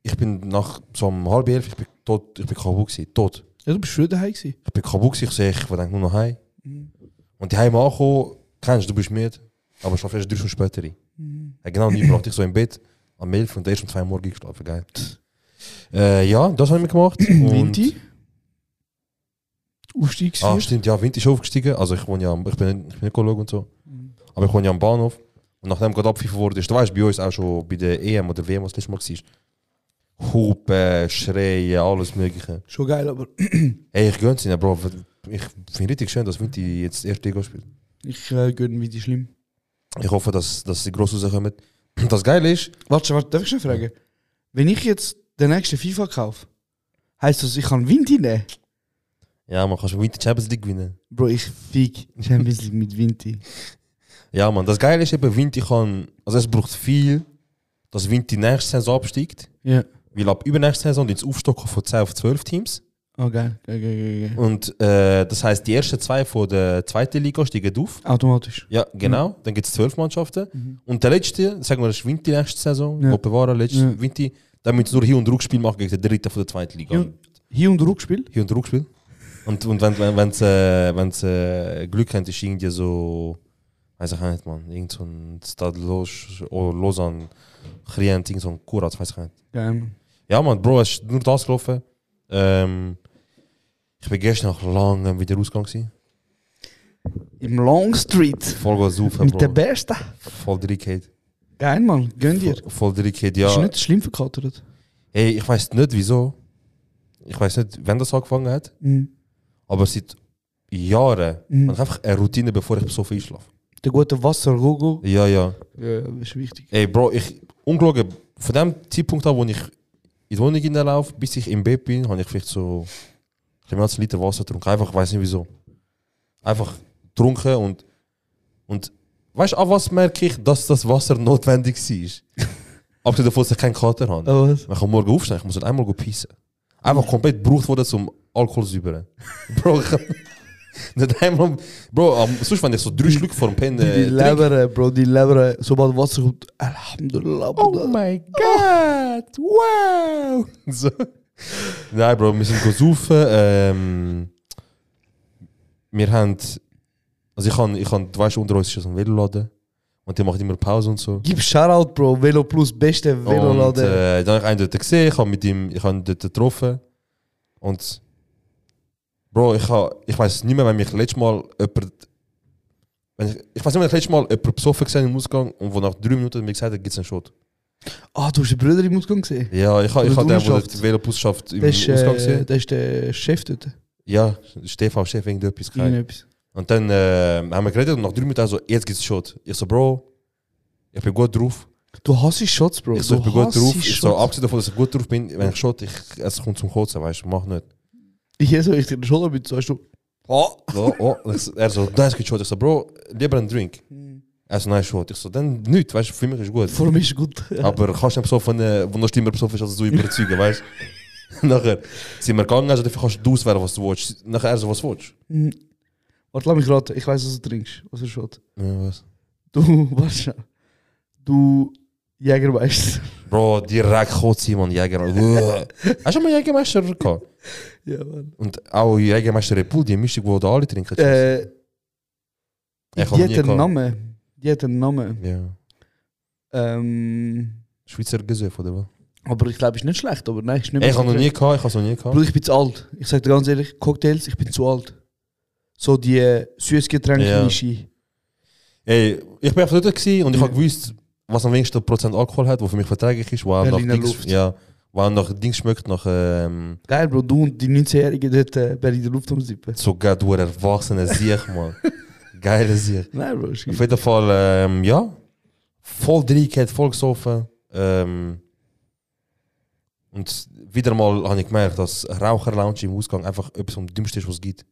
ich bin nach so um halb elf, ich bin tot, ich bin kaputt gewesen, tot.
Ja, du bist früher daheim gewesen.
Ich bin kaputt gewesen, ich sehe, ich denke nur noch heim. Und die Heim angekommen, kennst du, du bist mit, aber ich schlafe erst drei Stunden später rein. Ja, genau, nie brachte ich so im Bett, am elf und erst um zwei Uhr morgens geschlafen, geil. Äh, ja, das habe ich gemacht. Und-
Winti? Aufstiegs
Ah, stimmt, ja, Wind ist aufgestiegen. Also ich wohne ja, am- ich bin, ich bin Ökologe und so. Aber ich wohne ja am Bahnhof. Und nachdem gerade abpfiffen wurde, ist, du weißt, bei uns auch schon bei der EM oder WM, was das letzte Mal war. Hupen, Schreien, alles Mögliche.
Schon geil, aber
Ey, ich gönn's ihnen, Bro. Ich finde richtig schön, dass Winti jetzt erst Liga spielt.
ich äh, gönne wie die schlimm.
Ich hoffe, dass, dass sie groß rauskommen. [CLEARS THROAT] Das Geile ist,
Warte, warte, darf ich schon fragen? Wenn ich jetzt den nächsten FIFA kaufe, heisst das, ich kann Winti nehmen?
ja, man kann schon Winti Champions League gewinnen.
Bro, ich fick Champions League mit Winti.
Ja, man, das Geile ist eben, Winti kann, also es braucht viel, dass Winti nächste Saison absteigt.
[LAUGHS] Ja.
Weil ab übernächste Saison ins Aufstocken von 10 auf 12 Teams.
Oh, geil, geil, geil, geil. geil.
Und äh, das heißt, die ersten zwei von der zweiten Liga steigen auf.
Automatisch.
Ja,
Mhm.
genau. Dann gibt es zwölf Mannschaften. Und der letzte, sagen wir, das ist Winter nächste Saison,
Ja.
ja. Opevara, letzte
Ja.
Winter, dann müssen sie nur hier und Rückspiel machen gegen den dritten von der zweiten Liga.
Hier, hier und Rückspiel?
Hier und Rückspiel. Und, und wenn wenn wenn's, äh, wenn's, äh, Glück haben, ist irgendwie so, weiß ich auch nicht, "Ah, man, irgend so ein Stade Los, oder Lausanne, Krient, irgend so ein Kurat, weiß ich auch nicht.
Geil, Mann.
Ja, man, Bro, es ist nur das gelaufen. Ähm, ich bin gestern nach langem wieder rausgegangen. gewesen.
Im Longstreet.
Voll was saufen,
Mit der
Bro.
Besten.
Voll Dreckheit.
Geil, Mann. Gönn dir.
Voll, voll Dreckheit,
Ist
ja.
nicht schlimm verkatert.
Hey, ich weiß nicht wieso. Ich weiß nicht, wann das angefangen hat.
Mhm.
Aber seit Jahren habe ich einfach eine Routine, bevor ich besoffen einschlafe.
Der gute Wasser, Gogo.
Ja, ja.
Ja, das ist wichtig.
Ey, Bro, ich, ungelogen, von dem Zeitpunkt an, wo ich in die Wohnung hineinlaufe, bis ich im Bett bin, habe ich vielleicht so ein mehr als einen Liter Wasser getrunken. Einfach, ich weiß nicht wieso. Einfach getrunken und. und weißt du, an was merke ich, dass das Wasser notwendig
[LAUGHS]
war? Abgesehen davon, dass ich keinen Kater habe.
Aber was?
Man kann morgen aufstehen, ich muss dann einmal go pissen. Einfach komplett gebraucht worden zum Alkohol
[LAUGHS]
säubern. Bro, ich kann [LAUGHS] nicht einmal. Bro, am- sonst, wenn ich so drei Schluck vor dem Pennen.
Die, die
trinke-
Leber, Bro, die Leber, äh, sobald Wasser kommt, Alhamdulillah, Bruder.
mein Gott, [LAUGHS] wow! So. Nein, Bro, wir sind gesufen. Ähm, wir haben. Also ich kann, ich kann, du weißt, unter uns ist so ein Veloladen. Und die machen immer Pause und so.
Gib Shoutout, Bro, Velo Plus, beste
Und,
Veloladen.
äh, dann habe ich einen dort gesehen, ich habe mit ihm, ich habe ihn dort getroffen. Und Bro, ich habe, ich weiß nicht mehr, wenn mich letztes Mal jemand, wenn ich, ich weiß nicht mehr, wenn ich letztes Mal jemand besoffen gesehen habe im Ausgang und wo nach drei Minuten mir gesagt hat, gibt es einen Shot.
Ah, du hast den Bruder im Ausgang gesehen?
Ja, ich habe
Oder
ich
die
hab den, der
Urschafft.
die Velopus schafft, im
Der ist,
Ausgang
äh,
gesehen.
der ist der Chef dort.
Ja, Stefan-Chef, irgendetwas. keine Ahnung.
Irgendetwas.
Und dann äh, haben wir geredet und nach drei Minuten so, jetzt gibt's Shot. Ich so, Bro, ich bin gut drauf.
Du hasst Shots, Bro.
Ich so, ich bin
du
gut
hasst
drauf. Ich so,
Shots.
abgesehen davon, dass ich gut drauf bin, wenn ich Shot, ich, es kommt zum Kotzen, weißt du, mach nicht.
Hier so, ich dir den Schulter bitte, so hast du. Ah.
So, oh, ich so- er so, nein, es gibt Shot. Ich so, Bro, lieber einen Drink. Er so, nein, Shot. Ich so, dann nichts, weißt du, für mich ist gut.
Hm. Vor mir ist gut. [LAUGHS]
Aber kannst du nicht besoffen, äh, wo noch schlimmer besoffen ist, als du überzeugen, weißt du? [LAUGHS] Nachher sind wir gegangen, also dafür kannst du auswählen, was du willst. Nachher er so, was du willst.
Warte, lass mich raten. Ich weiß, was du trinkst. Was für Shot.
Ja, was?
Du, warte schnell. Du Jäger weißt.
Bro, direkt Kotzi, man, Jäger. Uah. Hast du mal Jägermeister gehabt?
ja, Mann.
Und auch Jägermeister Repul, die Mischung, die da alle trinken.
Äh, die
hab nie
hat einen
gehabt.
Namen. Die hat einen Namen.
Ja.
Ähm,
Schweizer Gesöff, oder was?
aber ich glaube, ist nicht schlecht. Aber nein, ist nicht
Ey, Ich habe noch
so
nie gehabt, ich habe noch nie
Bro,
gehabt.
ich bin zu alt. Ich sag dir ganz ehrlich, Cocktails, ich bin zu alt. So die äh, Süßgetränke-Mische.
Ey, ich bin einfach dort gewesen und ich habe gewusst, was am wenigsten Prozent Alkohol hat, was für mich verträglich ist, was nach
Berliner
Dings,
Luft.
ja, was nach Dings schmeckt, nach ähm,
Geil, Bro, du und die 19-Jährigen dort äh, bei der Luft umsippen.
sogar durch erwachsene Sieg,
[LAUGHS]
man. Geile Sieg.
Nein, Bro, ist
Auf
geil.
jeden Fall, ähm, ja. Voll Dreikett, voll gesoffen. Ähm, und wieder mal habe ich gemerkt, dass Raucherlounge im Ausgang einfach etwas vom Dümmsten ist, was es gibt.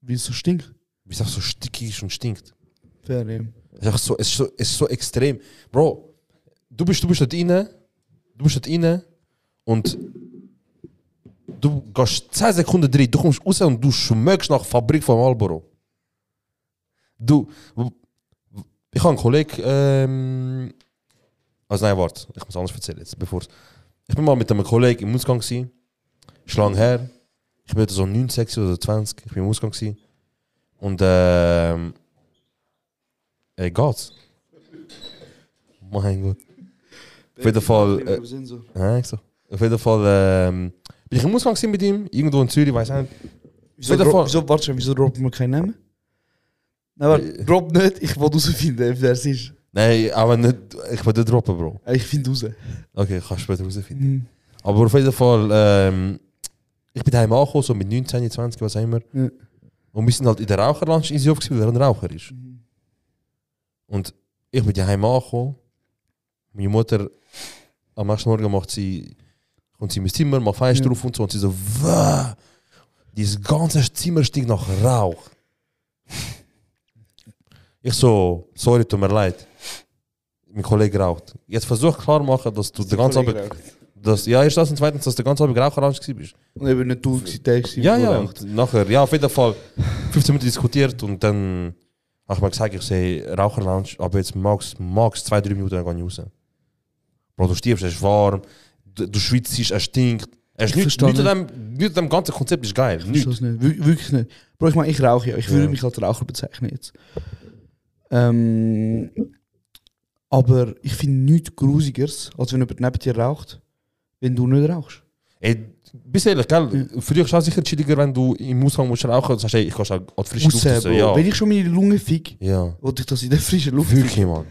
Wie es so stinkt.
Weil es einfach so stickig ist und stinkt.
Fair, ja.
Es ist, einfach so, es, ist so, es ist so extrem. Bro, du bist, du bist dort rein, du bist dort rein und du gehst 10 Sekunden drin, du kommst raus und du schmeckst nach Fabrik von Marlboro. Du, ich habe einen Kollegen, ähm, also nein, warte, ich muss anders erzählen jetzt, bevor Ich bin mal mit einem Kollegen im Ausgang gewesen, ist lang her, ich bin dort so 9, 6 oder 20, ich bin im Ausgang gewesen und ähm, Ey, geht's? Mein Gott. Auf jeden Fall. Äh, hä, ich so. Auf jeden Fall. Ähm, bin ich im Ausgang gewesen mit ihm, irgendwo in Zürich, weiß ich nicht.
Wieso,
Wieder vor-
dro- wieso, warte schon, wieso droppt man keinen Namen? Nein,
Äh.
warte, drop nicht, ich will herausfinden, wer es ist.
Nein, aber nicht. Ich will den droppen, Bro.
Äh, Ich finde raus.
Okay, kannst später rausfinden.
Mhm.
Aber auf jeden Fall. Ähm, ich bin daheim angekommen, so mit 19, 20, was auch immer.
Ja.
Und wir sind halt in der Raucherlandschaft in Seehof, weil er ein Raucher ist.
Mhm.
Und ich bin daheim angekommen. Meine Mutter am nächsten Morgen macht sie, kommt sie in mein Zimmer, macht Feier
Ja.
drauf und so. Und sie so, «Wäh! dieses ganze Zimmer stinkt nach Rauch. ich so, sorry, tut mir leid. Mein Kollege raucht. Jetzt versuch klar machen, dass du den ganzen Abend, dass, ja, erst das und zweitens, dass du den ganzen Abend Raucherange gewesen bist.
Und eben nicht du, gewesen, der war.
Ja, ja, und nachher, ja, auf jeden Fall 15 Minuten diskutiert und dann habe ich mir gesagt, ich sehe Raucherlounge, aber jetzt max, max zwei, drei Minuten, dann gehe ich raus. Bro, du stirbst, es ist warm, du, du schwitzt, es stinkt. Es ist
Ich
nichts,
verstehe
nichts, an dem, nichts an dem ganzen Konzept ist geil.
Ich verstehe
Nichts.
es nicht. Wir- Wirklich nicht. Bro, ich meine, ich rauche ja. Ich würde
Ja.
mich als Raucher bezeichnen jetzt. Ähm, aber ich finde nichts grusigeres, als wenn jemand neben dir raucht, wenn du nicht rauchst.
Ey, bist ehrlich, gell? Für dich ist es auch sicher chilliger, wenn du im Ausgang musst rauchen und sagst, ey, ich kann schon an die frische Luft
Aussen,
raus.
Bro.
Ja.
Wenn ich schon meine Lunge fick,
ja.
wollte ich das in der frischen Luft.
Wirklich, Mann.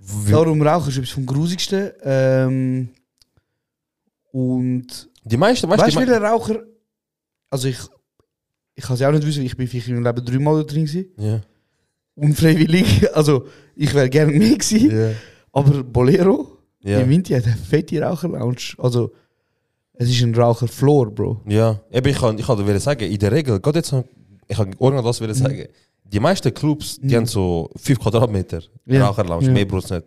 Wir-
Darum Rauchen ist etwas vom grusigsten. Ähm, und
Die meisten, weißt du,
weißt
die
du,
mei-
welcher Raucher. Also ich. Ich kann es ja auch nicht wissen, ich bin vielleicht in meinem Leben dreimal da drin gewesen.
Ja.
Unfreiwillig. [LAUGHS] Also ich wäre gerne mehr gewesen.
Ja.
Aber Bolero im
Ja.
Winter hat eine fette Raucherlounge. Also, es ist ein Raucherfloor, Bro.
Ja, eben, ich kann, ich kann dir sagen, in der Regel, gerade jetzt, ich kann irgendwas das will sagen. Die meisten Clubs, die
Mhm.
haben so 5 Quadratmeter
Ja.
Raucherlounge,
Ja.
mehr brauchst du nicht.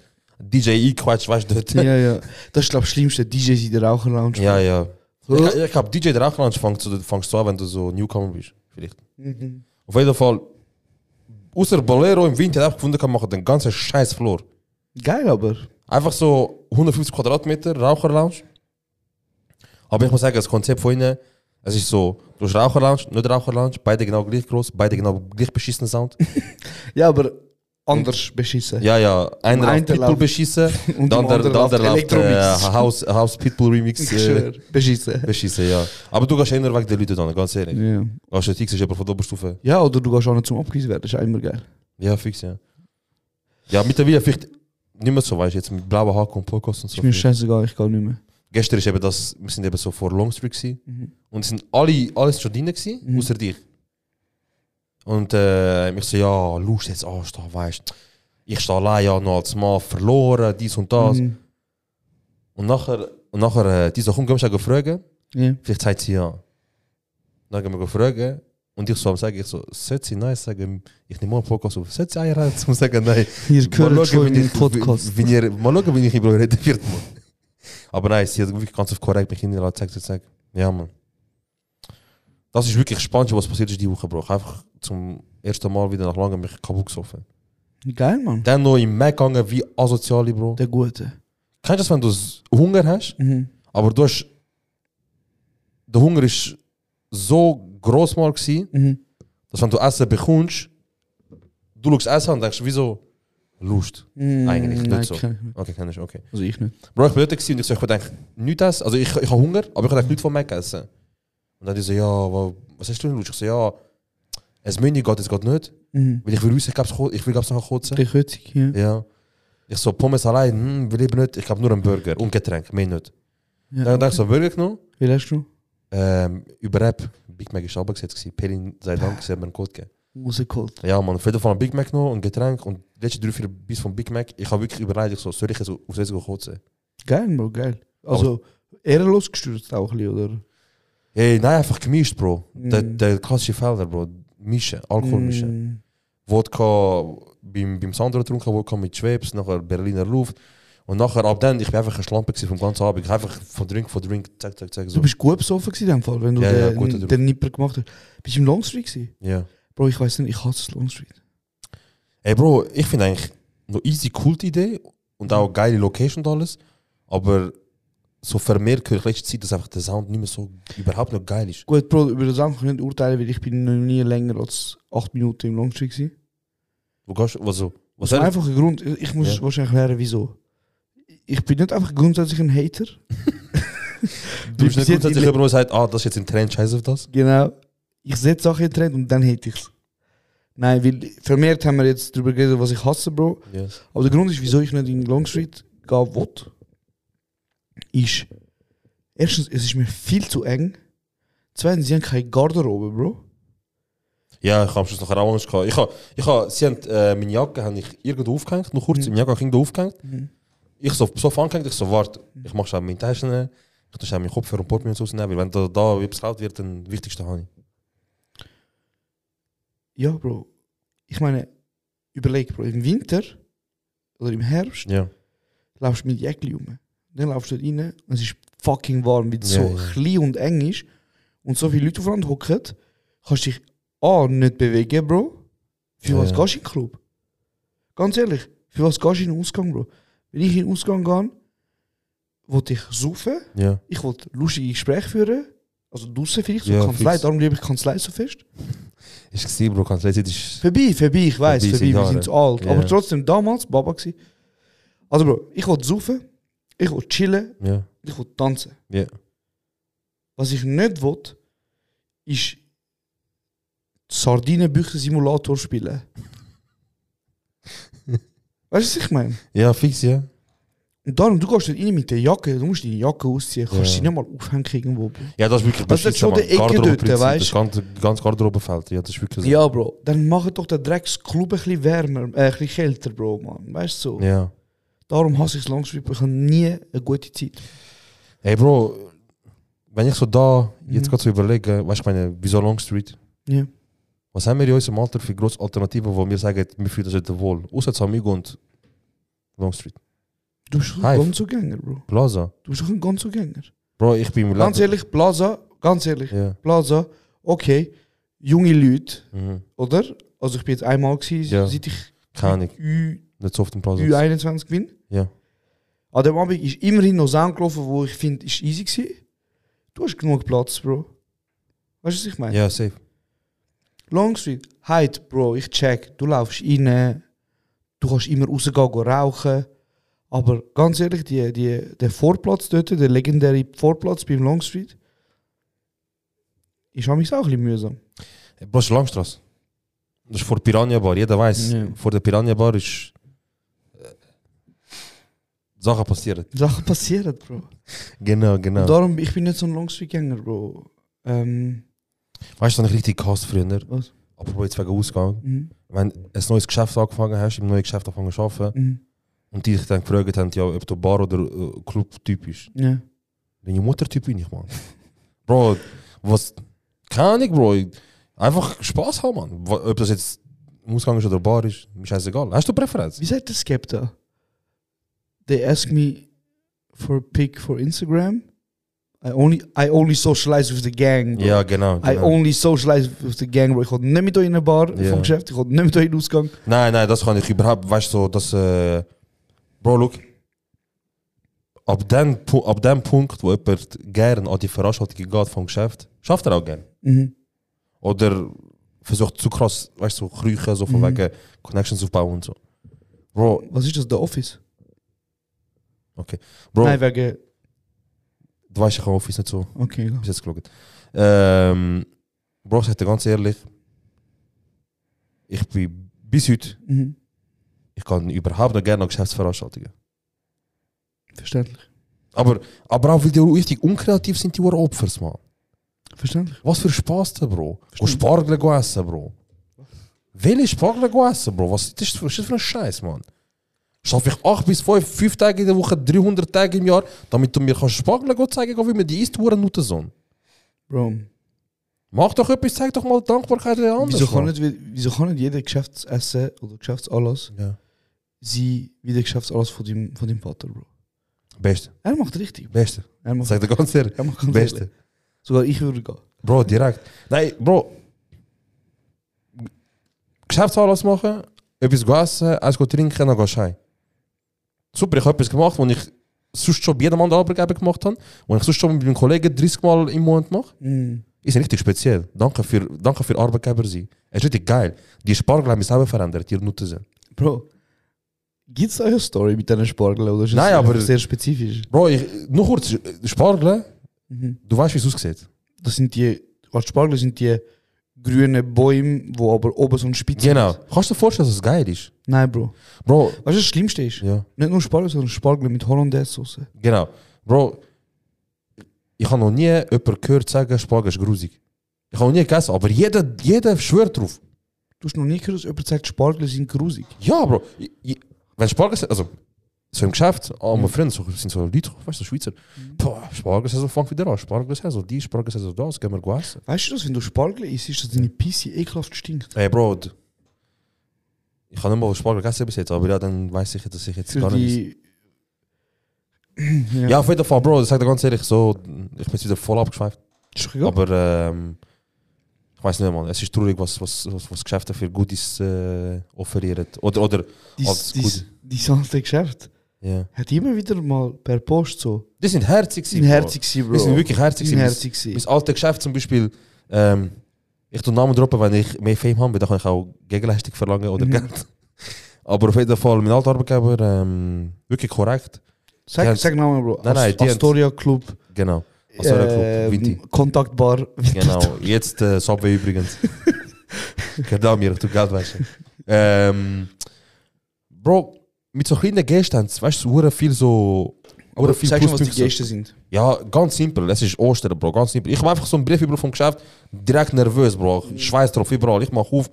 DJ Quatsch, weißt du dort. Ja,
Ja, ja. [LAUGHS] Das ist, glaube ich, das Schlimmste. DJs in der Raucherlounge.
ja.
So.
Ich, ich glaube, DJ Raucherlounge fängst du, fängst du an, wenn du so Newcomer bist, vielleicht.
Mhm.
Auf jeden Fall, außer Bolero im Winter einfach gefunden kann, machen den ganzen scheiß Floor.
Geil, aber.
Einfach so 150 Quadratmeter Raucherlounge. Aber ich muss sagen, das Konzept von ihnen, es ist so, du hast Raucherlounge, nicht Raucherlounge, beide genau gleich groß, beide genau gleich beschissenen
[LAUGHS]
Sound.
Ja, aber anders beschissen.
Ja, ja, einer
Einer
läuft Pitbull
läuft-
beschissen,
[LAUGHS] Und
dann
der
der,
andere
dann der
läuft
läuft
Elektromix.
äh, House, House Pitbull Remix
Ich
äh,
schwöre. Beschissen.
beschissen, ja. Aber du gehst eher weg der Leute dann, ganz ehrlich.
Ja.
Gehst du fix, ist jemand von der Oberstufe.
ja, oder du gehst auch nicht zum Abgewiesen werden. Das ist auch immer geil.
Ja, fix, ja. Ja, mittlerweile vielleicht nicht mehr so, weißt du, jetzt mit blauen Haaren und Podcast und so.
Ist mir
viel.
scheißegal, ich gehe nicht mehr.
Gestern ist eben das, wir sind eben so vor Longstreet gewesen. Und es sind alle, alles schon drin gewesen,
Mhm.
außer dich. Und äh, ich so, ja, Lust jetzt anstehen, weißt du. Ich stehe allein, ja, noch als Mann verloren, dies und das.
Mhm.
Und nachher, und nachher, äh, die so, komm, gehen wir fragen.
Ja.
Vielleicht sagt sie ja. Dann gehen wir fragen. Und ich so am sagen, ich so, sollte sie nein sagen, ich nehme mal einen Podcast auf, sollte sie einreiten, zum sagen nein.
Ihr
Mal
hört schon
schauen, wenn
in den
ich-
Podcast.
Wenn ihr, mal schauen, wenn ich über euch reden wird, [LAUGHS] Mann. Aber nein, sie hat wirklich ganz auf korrekt mich hingelassen zeigt und gesagt, ja, Mann. Das ist wirklich spannend, was passiert ist die Woche, Bro. Ich habe Einfach zum ersten Mal wieder nach langem mich kaputt gesoffen.
Geil, Mann.
Dann noch im Mac gegangen, wie asozial, Bro.
Der Gute.
Kennst du das, wenn du s- Hunger hast,
Mhm.
dus aber dus, du hast... Der Hunger ist so groß mal gewesen,
Mhm.
dass wenn du Essen bekommst, du schaust Essen und denkst, wieso? Lust.
Mhm.
Eigentlich nicht
Nein,
so.
kenn ich nicht.
Okay, kennst du, okay.
Also ich nicht.
Bro, ich bin dort gewesen und ich so, ich will eigentlich nichts essen. Also ich, ich habe Hunger, aber ich will eigentlich nichts von Mac essen. Und dann die so, ja, wa- was hast du denn Lust? Ich so, ja, es Menü geht, es geht nicht.
Mhm.
Weil ich will raus, ich, glaub's, ko- ich will glaub's nachher kotzen.
Der Kötzig, ja.
Ja. Ich so, Pommes allein, hm, will ich nicht. Ich habe nur einen Burger und Getränk, mehr nicht.
Ja.
Dann habe ich so einen Burger genommen.
Wie lässt du?
Ähm, über App, Big Mac ist runtergesetzt gewesen. Pelin, sei Dank, sie hat mir einen Code gegeben.
Rausgeholt.
Ja, man, auf jeden Fall ein Big Mac noch, ein Getränk und die letzten drei, vier Biss vom Big Mac. Ich habe wirklich überlegt, ich so, soll ich jetzt auf das gehen kotzen?
Geil, Bro, geil. Also ehrenlos gestürzt auch ein bisschen, oder?
Hey, nou nein, einfach gemischt, Bro. Der,
Mm.
der klassische Felder, Bro. Mischen, Alkohol mischen.
Mhm.
Wodka beim, beim Sandro getrunken, Wodka mit Schwebs, nachher Berliner Luft. Und nachher, ab dann, ich bin einfach ein Schlampe gewesen vom ganzen Abend. Ich hab einfach von Drink, von Drink, zack, zack, zack,
Du
so.
bist gut besoffen gewesen in dem Fall, wenn du
Also- Ja, ja, guter
den,
Druck.
den Nipper gemacht hast. Bist du im Longstreet gewesen?
Ja.
Bro, ich weiß nicht, ich hasse Longstreet.
Ey, Bro, ich finde eigentlich eine easy, coole Idee und auch geile Location und alles. Aber so vermehrt höre ich letzte Zeit, dass einfach der Sound nicht mehr so überhaupt noch geil ist.
Gut, Bro, über das Sachen kann ich nicht urteilen, weil ich bin noch nie länger als 8 Minuten im Longstreet gewesen.
Wo gehst du? Also, was
Aus
soll ich-
einfachen Grund, ich muss
Ja.
wahrscheinlich lernen, wieso. Ich bin nicht einfach grundsätzlich ein Hater.
Du bist nicht
Bis jetzt
grundsätzlich
in-
über uns sagt, ah, das ist jetzt ein Trend, scheiß auf das.
Genau. Ich setze Sachen in den Trend und dann hätte ich es. Nein, weil vermehrt haben wir jetzt darüber geredet, was ich hasse, Bro.
Yes.
Aber der Grund ist, wieso ich nicht in Longstreet gehen will, ist, erstens, es ist mir viel zu eng. Zweitens, sie haben keine Garderobe, Bro.
Ja, ich habe am Schluss nachher auch Angst gehabt. Ich hab, ich hab, sie haben äh, meine Jacke hab ich irgendwo aufgehängt, nur kurz,
Mhm.
meine Jacke hab ich irgendwo aufgehängt.
Mhm.
Ich so, so angehängt, ich so, warte, ich mach schon meine Taschen, rein, ich tue schon meinen Kopf und Portemonnaie und so rausnehmen, weil wenn da, da etwas laut wird, dann das Wichtigste habe ich.
Ja, Bro. Ich meine, überleg, Bro, im Winter oder im Herbst
Ja.
laufst du mit Jäckli um. Dann laufst du dort rein und es ist fucking warm, weil es
Ja,
so
ja.
klein und eng ist und so viele Leute aufeinander hocken, kannst du dich A nicht bewegen, Bro. Für
Ja,
was
ja.
gehst du in den Club? Ganz ehrlich, für was gehst du in den Ausgang, Bro? Wenn ich in den Ausgang gehe, will ich saufen,
Ja.
ich will lustige Gespräche führen, also draussen vielleicht, so
Ja,
Kanzlei,
fix.
darum liebe ich Kanzlei so fest.
Ist gesehen, Bro, kannst du jetzt ist.
Vorbei, vorbei, ich weiß,
Vorbei
vorbei,
sind
wir
Jahre.
sind zu alt.
Ja.
Aber trotzdem, damals, Baba gsi. Also Bro, ich will saufen, ich will chillen,
Ja.
ich will tanzen.
Ja.
Was ich nicht will, ist Sardinenbücher-Simulator spielen.
[LAUGHS]
weißt du, was ich meine?
Ja, fix, ja.
Und darum, du gehst nicht rein mit der Jacke, du musst deine Jacke ausziehen, kannst
Ja.
sie nicht mal aufhängen irgendwo. Bro.
Ja, das ist wirklich
Das ist
beschissen,
schon
Mann.
die Ecke
Garderobe-Prinzip,
dort, weißt
Das ganze, ganze Garderobenfeld, ja, das ist wirklich so.
Ja, Bro, dann mach doch den Drecksclub ein bisschen wärmer, äh, ein bisschen kälter, Bro, Mann. Weißt du? So.
Ja.
Darum hasse ich es langsam, ich habe nie eine gute Zeit.
Hey Bro, wenn ich so da jetzt gerade so überlege, weißt du, ich meine, wieso Longstreet?
Mhm. Ja.
Was haben wir in unserem Alter für grosse Alternativen, wo wir sagen, wir fühlen uns heute wohl? Außer Zamigo und Longstreet.
Du bist doch ein
Hive.
Gonzo-Gänger, Bro.
Plaza.
Du bist doch ein Gonzo-Gänger.
Bro, ich bin im
Ganz
Leben-
ehrlich, Plaza, ganz ehrlich,
Ja.
Plaza, okay, junge Leute,
Mhm.
oder? Also ich bin jetzt einmal gewesen,
Ja.
seit ich
Keine Ahnung.
Ü,
Nicht so auf dem Plaza.
Ü21 bin.
Ja.
An dem Abend ist immerhin noch Sound gelaufen, wo ich finde, ist easy gewesen. Du hast genug Platz, Bro. Weißt du, was ich meine?
ja, safe.
Longstreet, halt, Bro, ich check. Du laufst rein, du kannst immer rausgehen, gehen rauchen. Aber ganz ehrlich, die, die, der Vorplatz dort, der legendäre Vorplatz beim Longstreet, ist mich auch ein bisschen mühsam.
Hey, Bro, das ist Langstrasse. Das ist vor der Piranha Bar, jeder weiß.
Ja.
Vor der Piranha Bar ist. äh, Sachen passieren.
Sachen passieren, Bro.
Genau, genau.
Und darum, ich bin nicht so ein Longstreet-Gänger, Bro. Ähm,
weißt du, was ich richtig gehasst früher?
was?
Apropos jetzt wegen Ausgang.
Mhm.
Wenn du ein neues Geschäft angefangen hast, im neuen Geschäft angefangen zu arbeiten
Mhm.
und die dich dann gefragt haben, ja, ob du Bar oder äh, Club-Typ bist.
Ja.
Deine Mutter-Typ bin [LAUGHS] ich, Mann. Bro, was. Keine Ahnung, Bro. Einfach Spaß haben, Mann. Wa- Ob das jetzt im Ausgang ist oder Bar ist, mir scheißegal. Hast du Präferenz?
Wie sagt der Skepta? They ask me for a pic for Instagram. I only, I only socialize with the gang, bro.
Ja, genau.
I
genau.
only socialize with the gang, bro. Ik ga niet met jou in een bar
Ja.
van geschäft. Ik ga niet met jou in de uitgang.
Nein, nein, das kann ich überhaupt, weißt du, so, das, äh, Bro, look, ab dem, Pu- ab dem Punkt, wo jemand gern an die Veranstaltung geht vom Geschäft, schafft er auch gern.
Mhm.
Oder versucht zu krass, weißt du, so kriechen, so von
Mhm.
wegen Connections aufbauen und so. Bro,
Was ist das, The Office?
Bro,
Nein, wegen.
du weißt, ich habe Office nicht so
Okay, egal.
bis jetzt geschaut. Ähm, Bro, ich sag dir ganz ehrlich, ich bin bis heute,
Mhm.
ich kann überhaupt nicht gerne an Geschäftsveranstaltungen.
Verständlich.
Aber, aber auch weil die richtig unkreativ sind, die Huren Opfers, Mann.
Verständlich.
Was für Spaß, da, Bro. Go Spargel go essen, Bro. Welche Spargel go essen, Bro? Was das ist das für, was ist das für ein Scheiß, Mann? Schaffe ich 8 bis 5, 5 Tage in der Woche, 300 Tage im Jahr, damit du mir kannst Spargel go zeigen kannst, wie man die isst, Huren Nutensohn.
Bro,
Mach doch etwas, zeig doch mal Dankbarkeit der anderen.
wieso kann, nicht, wieso kann nicht jeder Geschäftsessen oder Geschäftsanlass
Ja.
sein wie der Geschäftsanlass von deinem, von deinem Vater, Bro?
Beste,
Er macht richtig.
beste.
Er macht,
Sag dir ganz ehrlich.
er macht ganz
Beste.
ehrlich. Sogar ich würde gehen.
Bro, direkt. Nein, Bro. Geschäftsanlass machen, etwas go essen, eins go trinken, dann go schei. Super, ich habe etwas gemacht, was ich sonst schon bei jedem anderen Arbeitgeber gemacht habe. Und ich sonst schon mit meinem Kollegen 30 Mal im Monat mache.
Mhm.
Ist richtig speziell. Danke für, danke für Arbeitgeber sein. Es ist richtig geil. Die Spargel haben mich selber verändert, ihr Nutzen sind.
Bro, gibt es eine Story mit deinen Spargeln? Oder ist es
Nein,
einfach
aber-
Sehr spezifisch.
Bro, ich, nur kurz, Spargel,
Mhm.
du weißt, wie es aussieht.
Das sind die. Als Spargel sind die grünen Bäume, wo aber oben so ein Spitze
Genau. Kannst du dir vorstellen, dass es geil ist?
Nein, Bro.
Bro,
Weißt du, was das Schlimmste ist?
ja.
Nicht nur Spargel, sondern Spargel mit Hollandaise-Sauce.
Genau. Bro, ich habe noch nie jemanden gehört sagen, Spargel ist grusig. Ich habe noch nie gegessen, aber jeder, jeder schwört drauf.
Du hast noch nie gehört, dass jemand sagt, Spargel sind grusig.
Ja, Bro. Ich, ich, wenn Spargel, also so im Geschäft, alle meine Freunde so, sind so Leute, weißt du, Schweizer. Boah, Spargel ist so, fang wieder an. Spargel ist so, die, Spargel ist so, das, gehen wir go essen.
Weißt du das, wenn du Spargel isst, ist, dass deine Pisse ekelhaft stinkt?
Hey, Bro. d- Ich habe nicht mal Spargel gegessen bis jetzt, aber ja, dann weiß ich, dass ich jetzt
Für
gar nicht.
die. [CLEARS THROAT] ja.
Ja, auf jeden Fall, Bro, sag dir ganz ehrlich, so, ich bin jetzt wieder voll abgeschweift.
Ist doch egal.
Aber ähm, ich weiß nicht, Mann. Es ist traurig, was, was, was, was Geschäfte für Goodies äh, offerieren. Oder, oder,
dies,
alles
dies, dies andere Geschäft
ja.
hat immer wieder mal per Post so.
Die sind herzig
Sind
Bro.
herzig gewesen, Bro.
Die sind wirklich herzig
Sind
gewesen.
herzig
Mein,
gewesen.
mein altes Geschäft zum Beispiel, ähm, ich tu Namen droppen, wenn ich mehr Fame habe, dann kann ich auch Gegenleistung verlangen oder
Mhm.
Geld. [LAUGHS] Aber auf jeden Fall, mein alter Arbeitgeber, ähm, wirklich korrekt. die
Sag,
hat-
sag Namen, nou Bro.
Nein, nein, die hat-
Astoria Club.
Genau. Also,
ähm,
Club, Vinti.
Kontaktbar.
[LAUGHS] Genau, jetzt äh, Subway übrigens.
[LAUGHS]
Verdau mir, du Geldwäsche. Ähm, Bro, mit so kleinen Gesten, weißt du, hure viel so.
Aber
hure viel
sag schon, was die
Pluspunkte.
Gäste sind.
Ja, ganz simpel. Es ist Ostern, Bro, ganz simpel. Ich habe einfach so einen Brief über vom Geschäft, direkt nervös, Bro. Schweiß drauf, überall. Ich mache auf,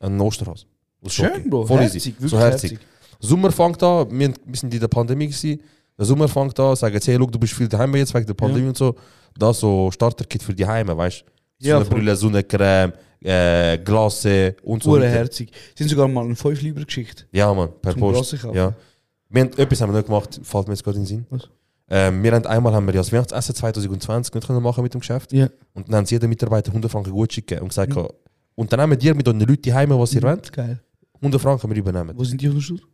ein Osterhaus. Das ist okay.
Schön, Bro.
Voll
herzig,
easy.
wirklich
so herzig. Sommer fängt an, wir haben- wir sind in der Pandemie gewesen. Der Sommer fängt an, sagen jetzt, hey, look, du bist viel daheim jetzt wegen der Pandemie und so. Da so Starter-Kit für die Heime, weißt du?
Ja, voll.
Sonnenbrille, Sonnencreme, äh, Glasse und so.
Hure
weiter.
herzig. Sind sogar mal einen Fünfliber geschickt.
Ja, Mann, per
Zum
Post.
Glasse kaufen.
Ja. Wir haben, etwas haben wir nicht gemacht, fällt mir jetzt gerade in den Sinn.
Was?
Ähm, wir haben einmal haben wir ja das Weihnachtsessen 2020 nicht können machen mit dem Geschäft.
Ja.
Und dann haben sie jedem Mitarbeiter 100 Franken gut schicken und gesagt, mhm. unternehmen dir mit den Leuten die Heime, was ihr wollt,
Geil.
100 Franken wir übernehmen.
Wo sind die unterstützt?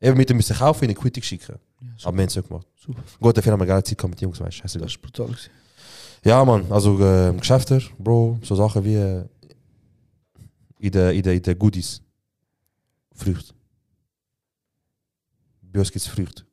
Eben mit dem müssen kaufen, in eine Quittung schicken.
Ja,
Aber wir haben es nicht gemacht.
super.
Gut, dafür haben wir geile Zeit gehabt mit den Jungs, weißt du. scheißegal.
Das ist brutal. gewesen.
Ja, Mann, also äh, Geschäfte, Bro, so Sachen wie äh, in der in der- in der Goodies. Frucht. Bei uns gibt es Frucht.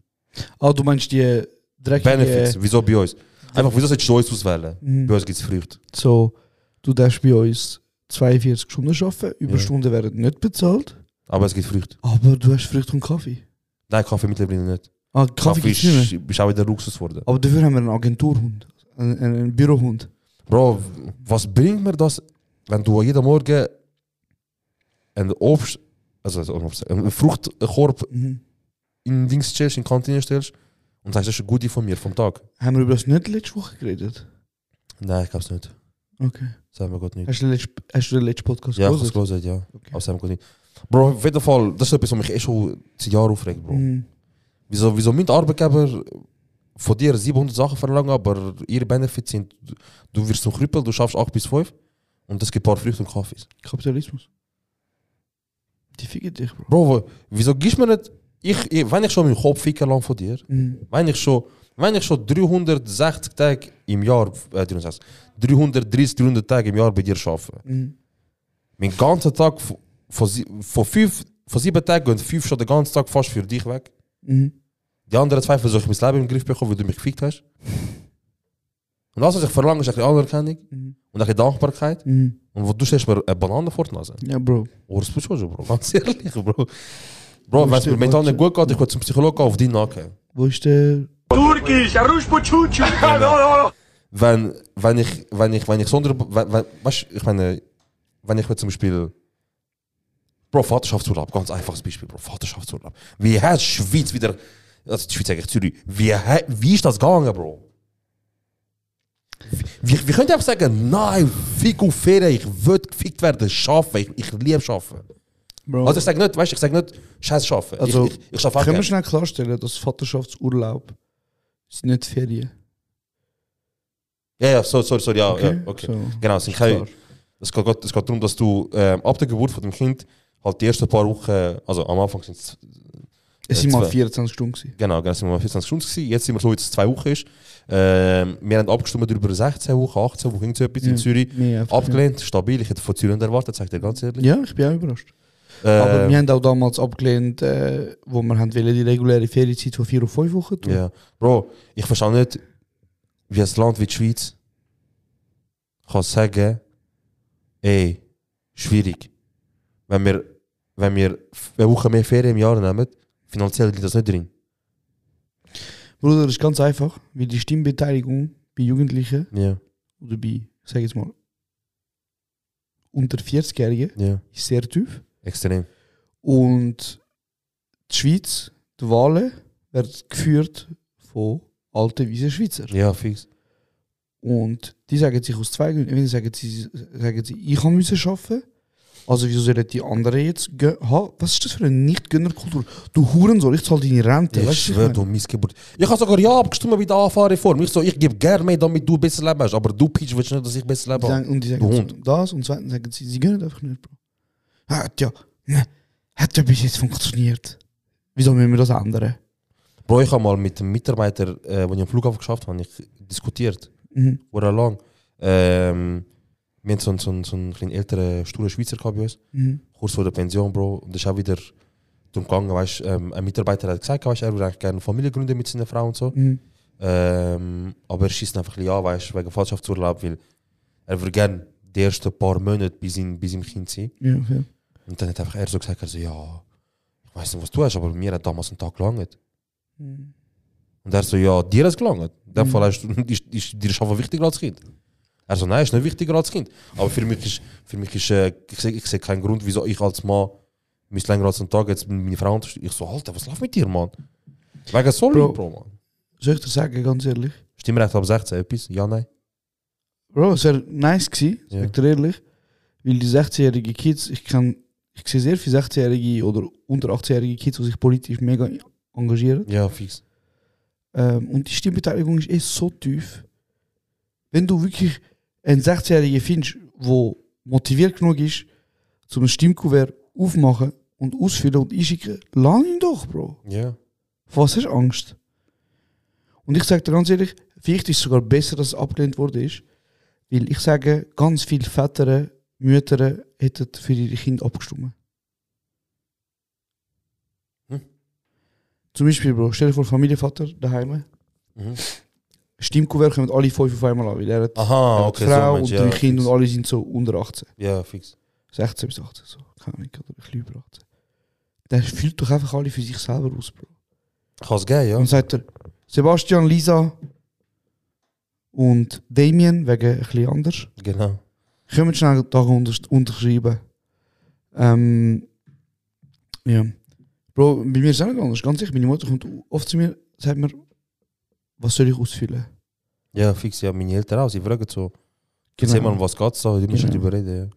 Ah, du meinst die dreckige...
Benefits, wieso bei uns?
eh,
Einfach, wieso sollst du uns auswählen? Bei
Mhm.
uns gibt es Frucht.
So, du darfst bei uns 42 Stunden arbeiten, Überstunden werden nicht bezahlt,
Aber es gibt Frucht.
aber du hast Früchte und Kaffee.
Nein, Kaffee mittlerweile nicht.
Ah, Kaffee gibt's nicht mehr.
ist, bist auch wieder Luxus geworden.
Aber dafür haben wir einen Agenturhund. Einen, einen Bürohund.
Bro, was bringt mir das, wenn du jeden Morgen einen Obst, also also Obst, einen Fruchtkorb
Mhm.
in Dings stellst, in die Kantine stellst und sagst, das ist ein Goodie von mir vom Tag?
Haben wir über das nicht letzte Woche geredet?
Nein, ich glaub's nicht.
Okay.
Sagen wir Gott nicht.
Hast du den letzten, hast du den letzten Podcast
Ja, ich
gehört?
hab's gelesen, ja.
Okay.
Aber sagen wir Gott nicht. Bro, auf jeden Fall, das ist etwas, was mich eh schon seit Jahren aufregt, Bro.
Mhm.
Wieso, wieso müssen Arbeitgeber von dir 700 Sachen verlangen, aber ihre Benefits sind, du- du wirst zum Krüppel, du schaffst 8 bis 5 und das gibt ein paar Früchte und Kaffees.
Kapitalismus. Die ficken dich, Bro.
Bro, wo- wieso gibst du mir nicht, ich, ich, wenn ich schon meinen Kopf ficken lang von dir,
Mhm.
wenn ich schon, wenn ich schon 360 Tage im Jahr, äh, 360, 330, 300 Tage im Jahr bei dir arbeite,
Mhm.
mein ganzen Tag von, von, sie- von, fünf, von sieben Tagen gehen fünf schon den ganzen Tag fast für dich weg.
Mhm.
Die anderen zwei versuche ich mein Leben im Griff bekommen, weil du mich gefickt hast. Und alles, was ich verlange, ist ein bisschen Anerkennung
Mhm.
und ein bisschen Dankbarkeit.
Mhm.
Und wo du stellst mir eine Banane vor die Nase.
Ja, Bro.
Oder das Putschojo, Bro. [LAUGHS] Ganz ehrlich, Bro. Bro, wenn es mir
stimmt,
mental nicht
Mann.
gut geht, ich gehe zum Psychologen auf die Nacken.
Wo ist der.
Wenn, wenn ich, wenn ich, wenn ich sonder, wenn, wenn, weißt, du, ich meine, wenn ich jetzt zum Beispiel, Bro, Vaterschaftsurlaub, ganz einfaches Beispiel, Bro, Vaterschaftsurlaub. Wie hat die Schweiz wieder, also die Schweiz sage ich Zürich, wie, hat- wie ist das gegangen, Bro? Wir, wir können einfach sagen, nein, fick auf Ferien, ich will gefickt werden, schaffen, ich, ich liebe schaffen.
Bro.
Also ich sage nicht, weißt, du, ich sage nicht, scheiß schaffen.
Also,
ich, ich, ich schaffe auch
Können wir
gerne.
schnell klarstellen, dass Vaterschaftsurlaub ist nicht Ferien.
Ja, ja, so, sorry,
Oh,
sorry, ja, okay. Ja, okay.
So.
Genau, es sind keine, es geht, es geht darum, dass du ähm, ab der Geburt von dem Kind halt die ersten paar Wochen, also am Anfang sind es,
Es sind mal
Äh, Zwei.
24 Stunden. gewesen.
genau, genau, es sind wir 24 Stunden gewesen, jetzt sind wir so, jetzt es zwei Wochen ist. Ähm, wir haben abgestimmt über 16 Wochen, 18 Wochen, irgend so etwas
Ja.
in Zürich.
Mehr einfach,
Abgelehnt, stabil, ich hätte von Zürich nicht erwartet, sag ich dir ganz ehrlich.
Ja, ich bin auch überrascht.
Ähm,
Aber wir haben auch damals abgelehnt, äh, wo wir haben wollen, die reguläre Ferienzeit von 4 auf 5 Wochen tun.
ja. Bro, ich verstehe nicht, wie ein Land wie die Schweiz kann sagen, ey, schwierig. Wenn wir, wenn wir f- eine Woche mehr Ferien im Jahr nehmen, finanziell liegt das nicht drin.
Bruder, das ist ganz einfach, weil die Stimmbeteiligung bei Jugendlichen
Ja,
oder bei, ich sag jetzt mal, unter 40-Jährigen
ja,
ist sehr tief.
extrem.
Und die Schweiz, die Wahlen, werden geführt von alten, weisen Schweizer.
Ja, fix.
Und die sagen sich aus zwei Gründen. Entweder sagen sie, sagen sie ich musste arbeiten. Also wieso sollen die anderen jetzt gö- ha, Was ist das für eine Nicht-Gönnerkultur? Du Hurensohn, ich zahle deine Rente.
Ich
weißt du, was
schwöre,
meine?
du Missgeburt. Ich habe sogar ja abgestimmt bei der AFA-Reform. Ich so, ich gebe gerne mehr, damit du ein besseres Leben hast. Aber du, Peach, willst nicht, dass ich ein besseres
Die
Leben habe.
sagen, und die
Du
sagen
Hund.
das und zweitens sagen sie, sie gönnen einfach nicht, Bro. Hat ja, ne, hat ja bis jetzt funktioniert. Wieso müssen wir das ändern?
Bro, ich habe mal mit einem Mitarbeiter, äh, den ich am Flughafen geschafft habe, ich diskutiert.
Mhm.
oder lang. Ähm, wir haben so, einen- so, einen- so einen kleinen älteren, sturen Schweizer gehabt bei uns,
Mhm.
kurz vor der Pension, Bro. Und das ist auch wieder darum gegangen, weißt, ähm, ein Mitarbeiter hat gesagt, weißt, er würde eigentlich gerne eine Familie gründen mit seiner Frau und so.
Mhm.
Ähm, aber er schießt einfach ein bisschen an, weißt, wegen Vaterschaftsurlaub, weil er würde gerne die ersten paar Monate bis in, bis im Kind sein.
Ja, ja.
Und dann hat einfach er so gesagt, er so, ja, ich weiß nicht, was du hast, aber mir hat damals ein Tag gelangt.
Mhm.
Und er so, ja, dir ist gelangt. In dem
Mhm.
Fall ist, [LAUGHS] ist, ist dir schon wichtiger als Kind. Er so, nein, ist nicht wichtiger als Kind. Aber für mich ist, für mich ist äh, ich sehe ich seh keinen Grund, wieso ich als Mann mich länger als einen Tag jetzt mit meiner Frau unterstütze. Ich so, Alter, was läuft mit dir, Mann? Wegen Soli,
Bro.
Bro, Mann.
Soll ich dir sagen, ganz ehrlich?
Stimmrecht ab 16, etwas? Ja, nein?
Bro, es wäre nice gewesen,
Ja.
sag dir ehrlich. Weil die 16-jährigen Kids, ich kann, ich sehe sehr viele 16-jährige oder unter 18-jährige Kids, die sich politisch mega engagieren.
Ja, fix.
Ähm, und die Stimmbeteiligung ist eh so tief. Wenn du wirklich einen 16-Jährigen findest, der motiviert genug ist, zum Stimmkuvert aufmachen und ausfüllen und einschicken, lass ihn doch, Bro.
Ja.
Vor was hast du Angst? Und ich sage dir ganz ehrlich, vielleicht ist es sogar besser, dass es abgelehnt worden ist. Weil ich sage, ganz viele Väter, Mütter hätten für ihre Kinder abgestimmt.
Hm.
Zum Beispiel, Bro, stell dir vor, Familienvater daheim.
Mhm.
Stimmkuvert kommen alle fünf auf einmal an, weil er hat er
Aha,
hat
Ah, okay.
Frau
meinst
und
du,
drei
ja,
Kinder und
fix.
alle sind so unter 18.
Ja, fix.
16 bis 18, so. Keine Ahnung, oder ein bisschen über 18. Der füllt doch einfach alle für sich selber aus, Bro.
Kann es geben, ja.
Und sagt er, Sebastian, Lisa und Damien, wegen ein bisschen anders.
Genau.
Können wir schnell da unter unterschreiben? Ähm, ja. Bro, bei mir ist es auch nicht anders. Ganz sicher, meine Mutter kommt oft zu mir sagt mir, was soll ich ausfüllen?
Ja, fix, ja, meine Eltern auch. Sie fragen so,
Genau.
sehen wir, um was geht es da? Die müssen
Genau.
drüber reden,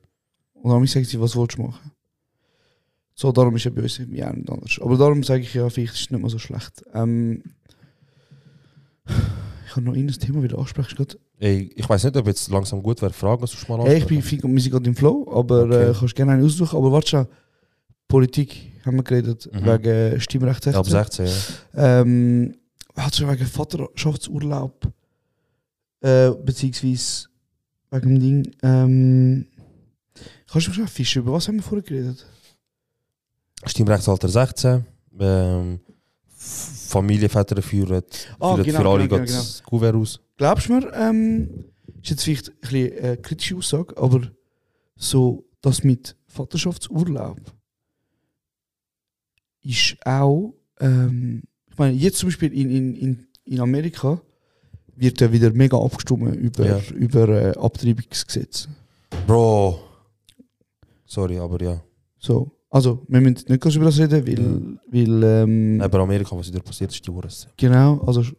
Und dann sagt sie, was willst du machen? So, darum ist ja bei uns irgendwie auch nicht anders. Aber darum sage ich ja, vielleicht ist es nicht mal so schlecht. Ähm, ich habe noch ein Thema wieder ansprechen. Gerade.
ja. Ey, ich weiß nicht, ob jetzt langsam gut wäre, Fragen sonst mal
Hey, ich bin
ansprechen.
viel, wir sind gerade im Flow, aber
Okay.
äh, kannst gerne einen aussuchen. Aber warte schon, Politik haben wir geredet,
Mhm.
wegen eh, Stimmrecht.
Ja, Ab 16, ja.
Ähm, hat schon wegen Vaterschaftsurlaub, äh, beziehungsweise wegen dem Ding. Ähm, kannst du mich schon fischen? Über was haben wir vorher geredet?
Stimmrechtsalter 16. Ähm, F- Familienväter führen,
Ah,
führen
genau,
für alle
genau,
genau,
genau,
das Kuvert aus.
Glaubst du mir, ähm, ist jetzt vielleicht ein bisschen äh, kritische Aussage, aber so das mit Vaterschaftsurlaub ist auch, ähm, ich meine, jetzt zum Beispiel in, in, in, in Amerika wird ja wieder mega abgestimmt über,
Ja.
über äh, Abtreibungsgesetz.
Bro. Sorry, aber ja.
Hm. So. Also, wir müssen nicht ganz über das reden, weil, weil ähm,
Aber Amerika, was wieder passiert ist, die Wurst.
Genau, also sch-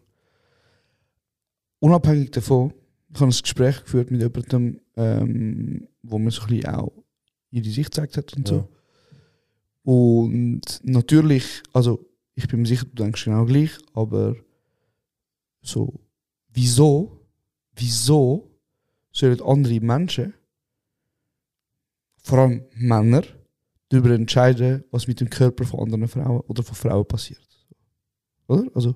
unabhängig davon, ich habe ein Gespräch geführt mit jemandem, ähm, wo mir so ein bisschen auch ihre Sicht gezeigt hat und
Ja.
so. Und natürlich, also ich bin mir sicher, du denkst genau gleich, aber so, wieso, wieso sollen andere Menschen, vor allem Männer, darüber entscheiden, was mit dem Körper von anderen Frauen oder von Frauen passiert? Oder? Also,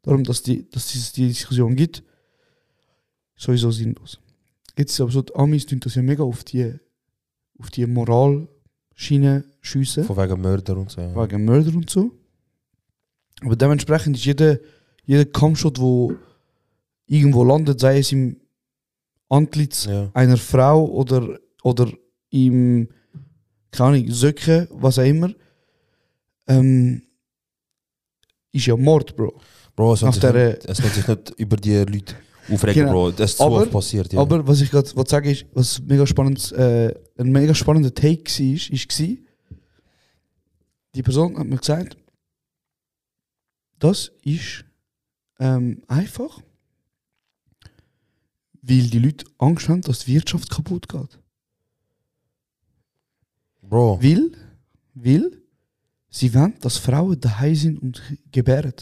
darum, dass, die, dass es die Diskussion gibt, ist sowieso sinnlos. Jetzt ist aber so, die Amis tun das ja mega auf die, auf die Moralschiene schiessen,
Von wegen Mörder und so. Ja.
wegen Mörder und so. Aber dementsprechend ist jeder, jeder Kampfschot, wo irgendwo landet, sei es im Antlitz
ja.
einer Frau oder, oder im, keine Ahnung, Söcke, was auch immer, ähm, ist ja Mord, Bro.
Bro, es nennt,
Nach
sich
der,
nicht, es nennt sich nicht über die Leute aufregen,
Genau.
Bro. Das ist so
Aber-
oft passiert, ja.
Aber was ich gerade sagen ist, was mega spannend, äh, ein mega spannender Take war, ist, ist gsi, die Person hat mir gesagt, das ist ähm, einfach, weil die Leute Angst haben, dass die Wirtschaft kaputt geht.
Bro,
Weil, weil sie wollen, dass Frauen daheim sind und gebären.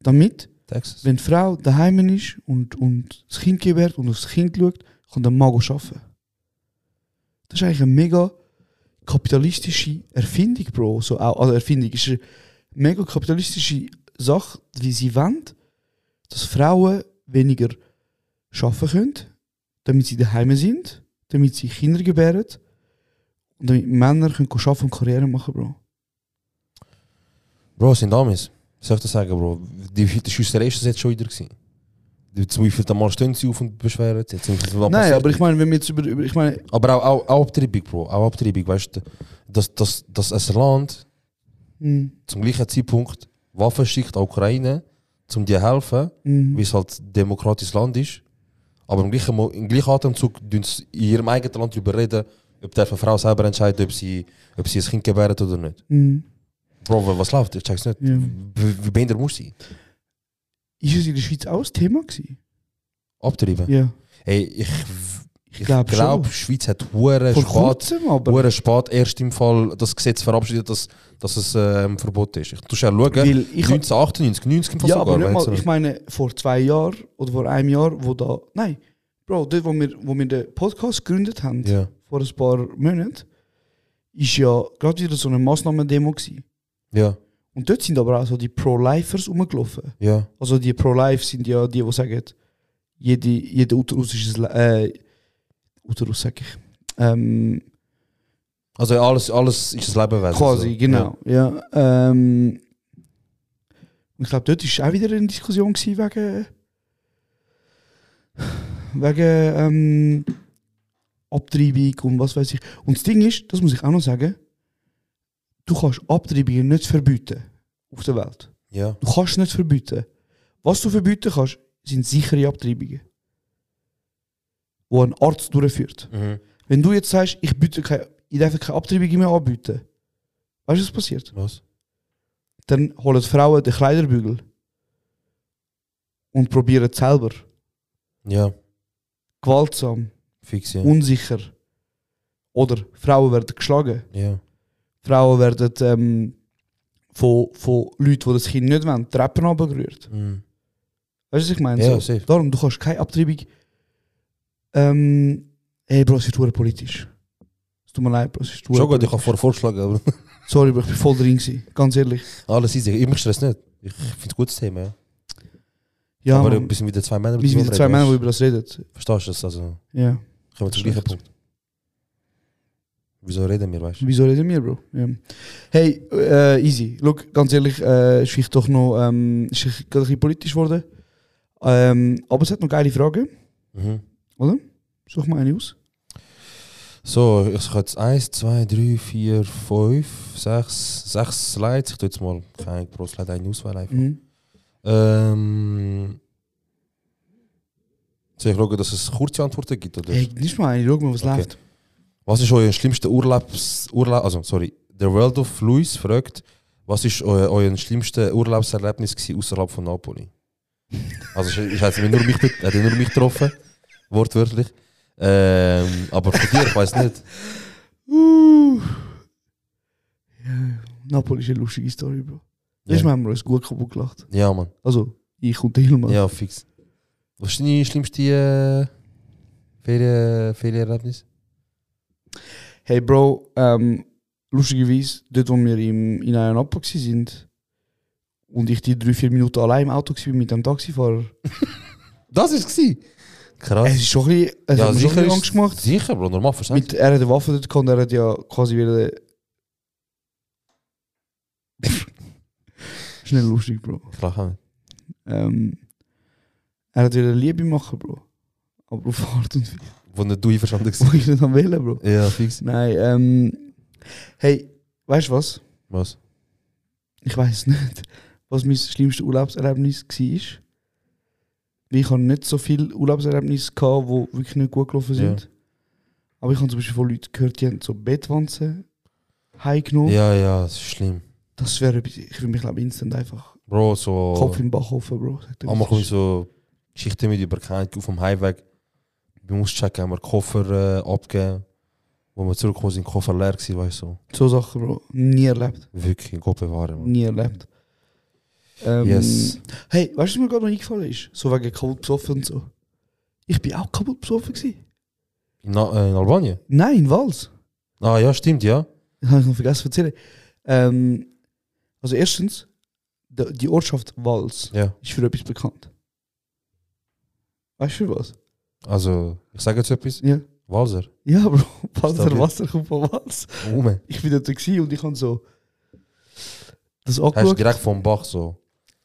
Damit
Texas.
Wenn die Frau daheim ist und, und das Kind gebärt und auf das Kind schaut, kann der Mago arbeiten. Das ist eigentlich eine mega kapitalistische Erfindung, Bro. So, auch- also Erfindung ist eine mega kapitalistische Sache, wie sie wollen, dass Frauen weniger arbeiten können, damit sie daheim sind, damit sie Kinder gebären und damit Männer können arbeiten und Karriere machen, Bro.
Bro, es sind Amis. Ich soll ich das sagen, Bro? Die vierte Schüsserei ist das jetzt schon wieder gewesen. Die- Zum wievielten Mal stehen sie auf und beschweren sich? Zum wievielten Mal
Nein,
passiert
aber ich meine, wenn wir jetzt über, über ich meine,
Aber auch, auch, auch Abtreibung, Bro. Auch Abtreibung, weißt du, dass, dass, dass ein Land
hm,
zum gleichen Zeitpunkt Waffen schickt an Ukraine, um dir helfen,
hm.
weil es halt ein demokratisches Land ist. Aber im gleichen, Mo- im gleichen Atemzug tun sie in ihrem eigenen Land darüber reden, ob darf eine Frau selber entscheiden, ob sie, ob sie ein Kind gebärt oder nicht.
hm.
Bro, wa- was läuft? Ich check's nicht.
Ja.
Wie, wie behindert muss sie?
Ist es in der Schweiz auch ein Thema gewesen?
Abtreiben.
Ja.
Hey, ich, w- ich
glaub
glaube,
schon.
glaub, die Schweiz hat hure
Vor
spät
kurzem aber.
Hure spät erst im Fall das Gesetz verabschiedet, dass, dass es ähm, verboten ist. Ich tue schon schauen,
Weil ich hab-
1998, 90 im Fall
ja,
sogar.
aber nicht
wenn's
mal,
so-
ich meine, vor zwei Jahren oder vor einem Jahr, wo da. Nein, Bro, dort, wo wir, wo wir den Podcast gegründet haben,
ja.
vor ein paar Monaten, ist ja gerade wieder so eine Massnahmendemo gewesen.
ja,
Und dort sind aber auch so die Pro-Lifers rumgelaufen.
ja,
Also die Pro-Life sind ja die, die sagen, jede, jeder Uterus ist ein. Le- Äh, Uterus, sag ich. Ähm,
Also alles, alles ist ein Lebewesen.
Quasi,
Also so.
genau. Ja. ähm, und ich glaube, dort war auch wieder eine Diskussion gewesen wegen. wegen. Ähm, Abtreibung und was weiß ich. Und das Ding ist, das muss ich auch noch sagen, du kannst Abtreibungen nicht verbieten. auf der Welt.
Ja.
Du kannst nicht verbieten. Was du verbieten kannst, sind sichere Abtreibungen, wo ein Arzt durchführt.
Mhm.
Wenn du jetzt sagst, ich, biete keine, ich darf keine Abtreibung mehr anbieten, weißt du, was passiert?
Was?
Dann holen die Frauen den Kleiderbügel und probieren es selber.
Ja,
Gewaltsam,
fix, ja.
unsicher. Oder Frauen werden geschlagen.
ja.
Frauen werden ähm, von, von Leuten, die das Kind nicht wollen, die Treppen runtergerührt.
Mhm.
Weißt du, was ich meine?
Ja,
so,
safe.
Darum, du kannst keine Abtreibung. Ähm, ey, Bro, es wird hure politisch. Es tut mir leid, Bro, es ist hure
Schon gut, ich
politisch.
kann vor vorschlagen, aber [LAUGHS]
Sorry, Bro, ich bin voll drin gewesen, ganz ehrlich.
alles easy. Ich mich stress nicht. Ich finde es ein gutes Thema, ja.
Ja,
aber
Mann,
ein bisschen wieder zwei Männer.
wir sind wieder zwei Männer, die über das reden.
Verstehst du das? Also,
Ja.
kommen wir zum
Schlecht.
gleichen Punkt. Wieso reden wir, weißt du?
Wieso reden wir, Bro? Ja. Hey, äh, easy. Look, ganz ehrlich, äh, ist vielleicht doch noch ähm, ist vielleicht gerade ein bisschen politisch geworden. Ähm, aber es hat noch geile Fragen.
Mhm.
Such mal eine aus.
So, ich habe jetzt 1, 2, 3, 4, 5, 6, 6 Slides. Ich tue jetzt mal kein großes Slide eine auswählen. Einfach.
Mhm.
Ähm, soll ich schauen, dass es kurze Antworten gibt? Oder?
Hey, nicht mal eine, schau mal, was
Okay.
läuft.
Was ist euer schlimmster Urlaubs... Urlaub, also, sorry. The World of Louis fragt, was ist euer, euer schlimmste Urlaubserlebnis gewesen außerhalb von Napoli? Also, ich hat nur mich, bet- hat nur mich getroffen, wortwörtlich. Ähm, aber für dich, ich weiß nicht.
Uh. Ja, Napoli ist eine lustige Story, Bro.
Ja.
Letztes Mal haben wir uns gut kaputt gelacht.
Ja, Mann.
Also, ich und der Hilma.
Ja, fix. Was ist deine schlimmste äh, Ferien, Ferienerlebnis?
Hey Bro, ähm, lustigerweise, dort wo wir im, in Ayanapa waren und ich die drei, vier Minuten allein im Auto war mit dem Taxifahrer,
Das war es. Krass.
es ist schon ein bisschen, es hat mir schon ein bisschen
ist-
Angst gemacht.
Sicher, Bro, normal, verstehst
Mit, er hat eine Waffe dort gehabt und er hat ja quasi wieder... ist nicht lustig, Bro.
du? Klar, kann
Ähm, er hat wieder Liebe machen, Bro. Aber auf Art und Weise,
ich. Wo nicht du einverstanden
[LAUGHS]
warst.
wo ich nicht am Wählen, Bro.
Ja, fix.
Nein, ähm... Hey, weißt du was?
Was?
ich weiß nicht, was mein schlimmstes Urlaubserlebnis war. Weil ich habe nicht so viele Urlaubserlebnisse gehabt, die wirklich nicht gut gelaufen
Ja.
sind. Aber ich habe zum Beispiel von Leuten gehört, die haben so Bettwanzen heimgenommen.
Ja, ja, das ist schlimm.
Das wäre etwas, ich würde mich glaube ich, instant einfach
Bro, so.
Kopf im Bach hoffen, Bro. Sagt er,
Einmal
das
kommen
ist-
so Geschichten mit über keine Ahnung, auf dem Highway. Wir mussten checken, haben wir Koffer äh, abgegeben. Wo wir zurückgekommen sind, Koffer leer gewesen, weißt du. so.
So Sachen, Bro. Nie erlebt.
Wirklich, Gott bewahre, Mann.
Nie erlebt. Ähm,
Yes.
Hey, weißt du, was mir gerade noch eingefallen ist? So wegen kaputt besoffen und so. Ich bin auch kaputt besoffen. Gewesen.
In, Na- äh, in Albanien?
Nein, in Wals.
Ah, ja, stimmt, ja.
Das habe ich noch vergessen zu erzählen. Ähm, also erstens, die, die Ortschaft Wals
Ja.
ist für etwas bekannt. Weißt du für was?
Also, ich sage jetzt etwas.
Ja.
Walser. [LAUGHS]
Ja, Bro, Walser
Stabil.
Wasser kommt von Wals. [LAUGHS]
Ume.
Ich bin dort gewesen und ich habe so das
Hast du
angeschaut.
direkt vom Bach so.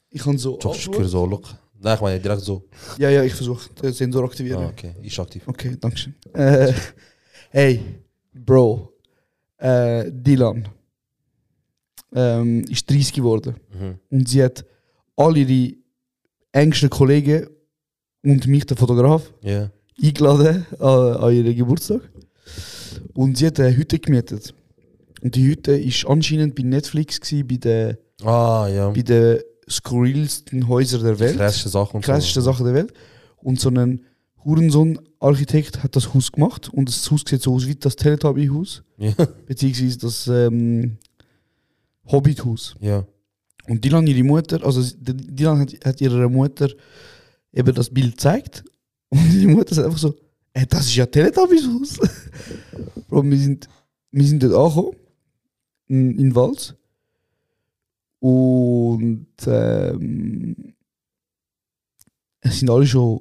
Ich habe so
Doch, ich
angeschaut.
so, look. Nein, ich meine direkt so.
Ja, ja, ich versuche den Sensor aktivieren.
Ah, okay, ist aktiv.
Okay, danke schön. Äh, hey, Bro, äh, Dylan ähm, ist 30 geworden.
Mhm.
und sie hat all ihre engsten Kollegen und mich, der Fotograf,
Ja.
eingeladen an, an ihren Geburtstag. Und sie hat eine Hütte gemietet. Und die Hütte war anscheinend bei Netflix, gewesen, bei den
Ah, ja.
bei den skurrilsten Häusern der
Die
Welt.
krasseste Sachen
Die
und
krasseste
so.
Sache der Welt. Und so ein Hurensohn-Architekt hat das Haus gemacht. Und das Haus sieht so aus wie das Teletubby-Haus,
Ja.
beziehungsweise das ähm, Hobbit-Haus.
ja.
Und Dylan, ihre Mutter, also sie- D- Dylan hat, hat ihrer Mutter eben das Bild gezeigt [LAUGHS] und ihre Mutter sagt einfach so, hey, das ist ja Teletubbies Haus. Bro, wir sind, wir sind dort angekommen, in, in Wals. Und ähm, es sind alle schon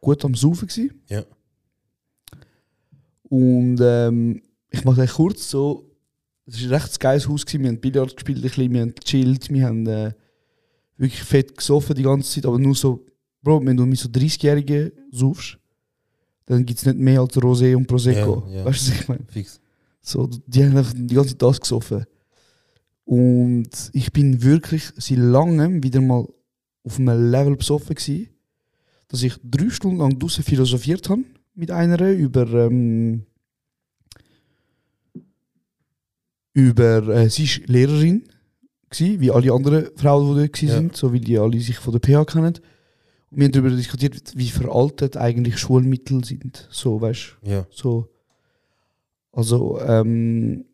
gut am Saufen gewesen.
Ja.
Und ähm, ich mache das kurz so, es war ein recht geiles Haus, gewesen. wir haben Billard gespielt, ein bisschen, wir haben gechillt, wir haben äh, wirklich fett gesoffen die ganze Zeit, aber nur so, Bro, wenn du mit so 30-Jährigen saufst, dann gibt es nicht mehr als Rosé und Prosecco.
Ja, ja.
Weißt du, was ich meine?
Fix.
So, die haben einfach die ganze Zeit das gesoffen. Und ich bin wirklich seit langem wieder mal auf einem Level besoffen gewesen, dass ich drei Stunden lang draußen philosophiert habe mit einer über ähm, über äh, sie ist Lehrerin gewesen, wie alle anderen Frauen, die dort gewesen
Ja.
sind, so wie die alle sich von der PH kennen. Und wir haben darüber diskutiert, wie veraltet eigentlich Schulmittel sind. So, weißt
Ja.
so. Also, ähm,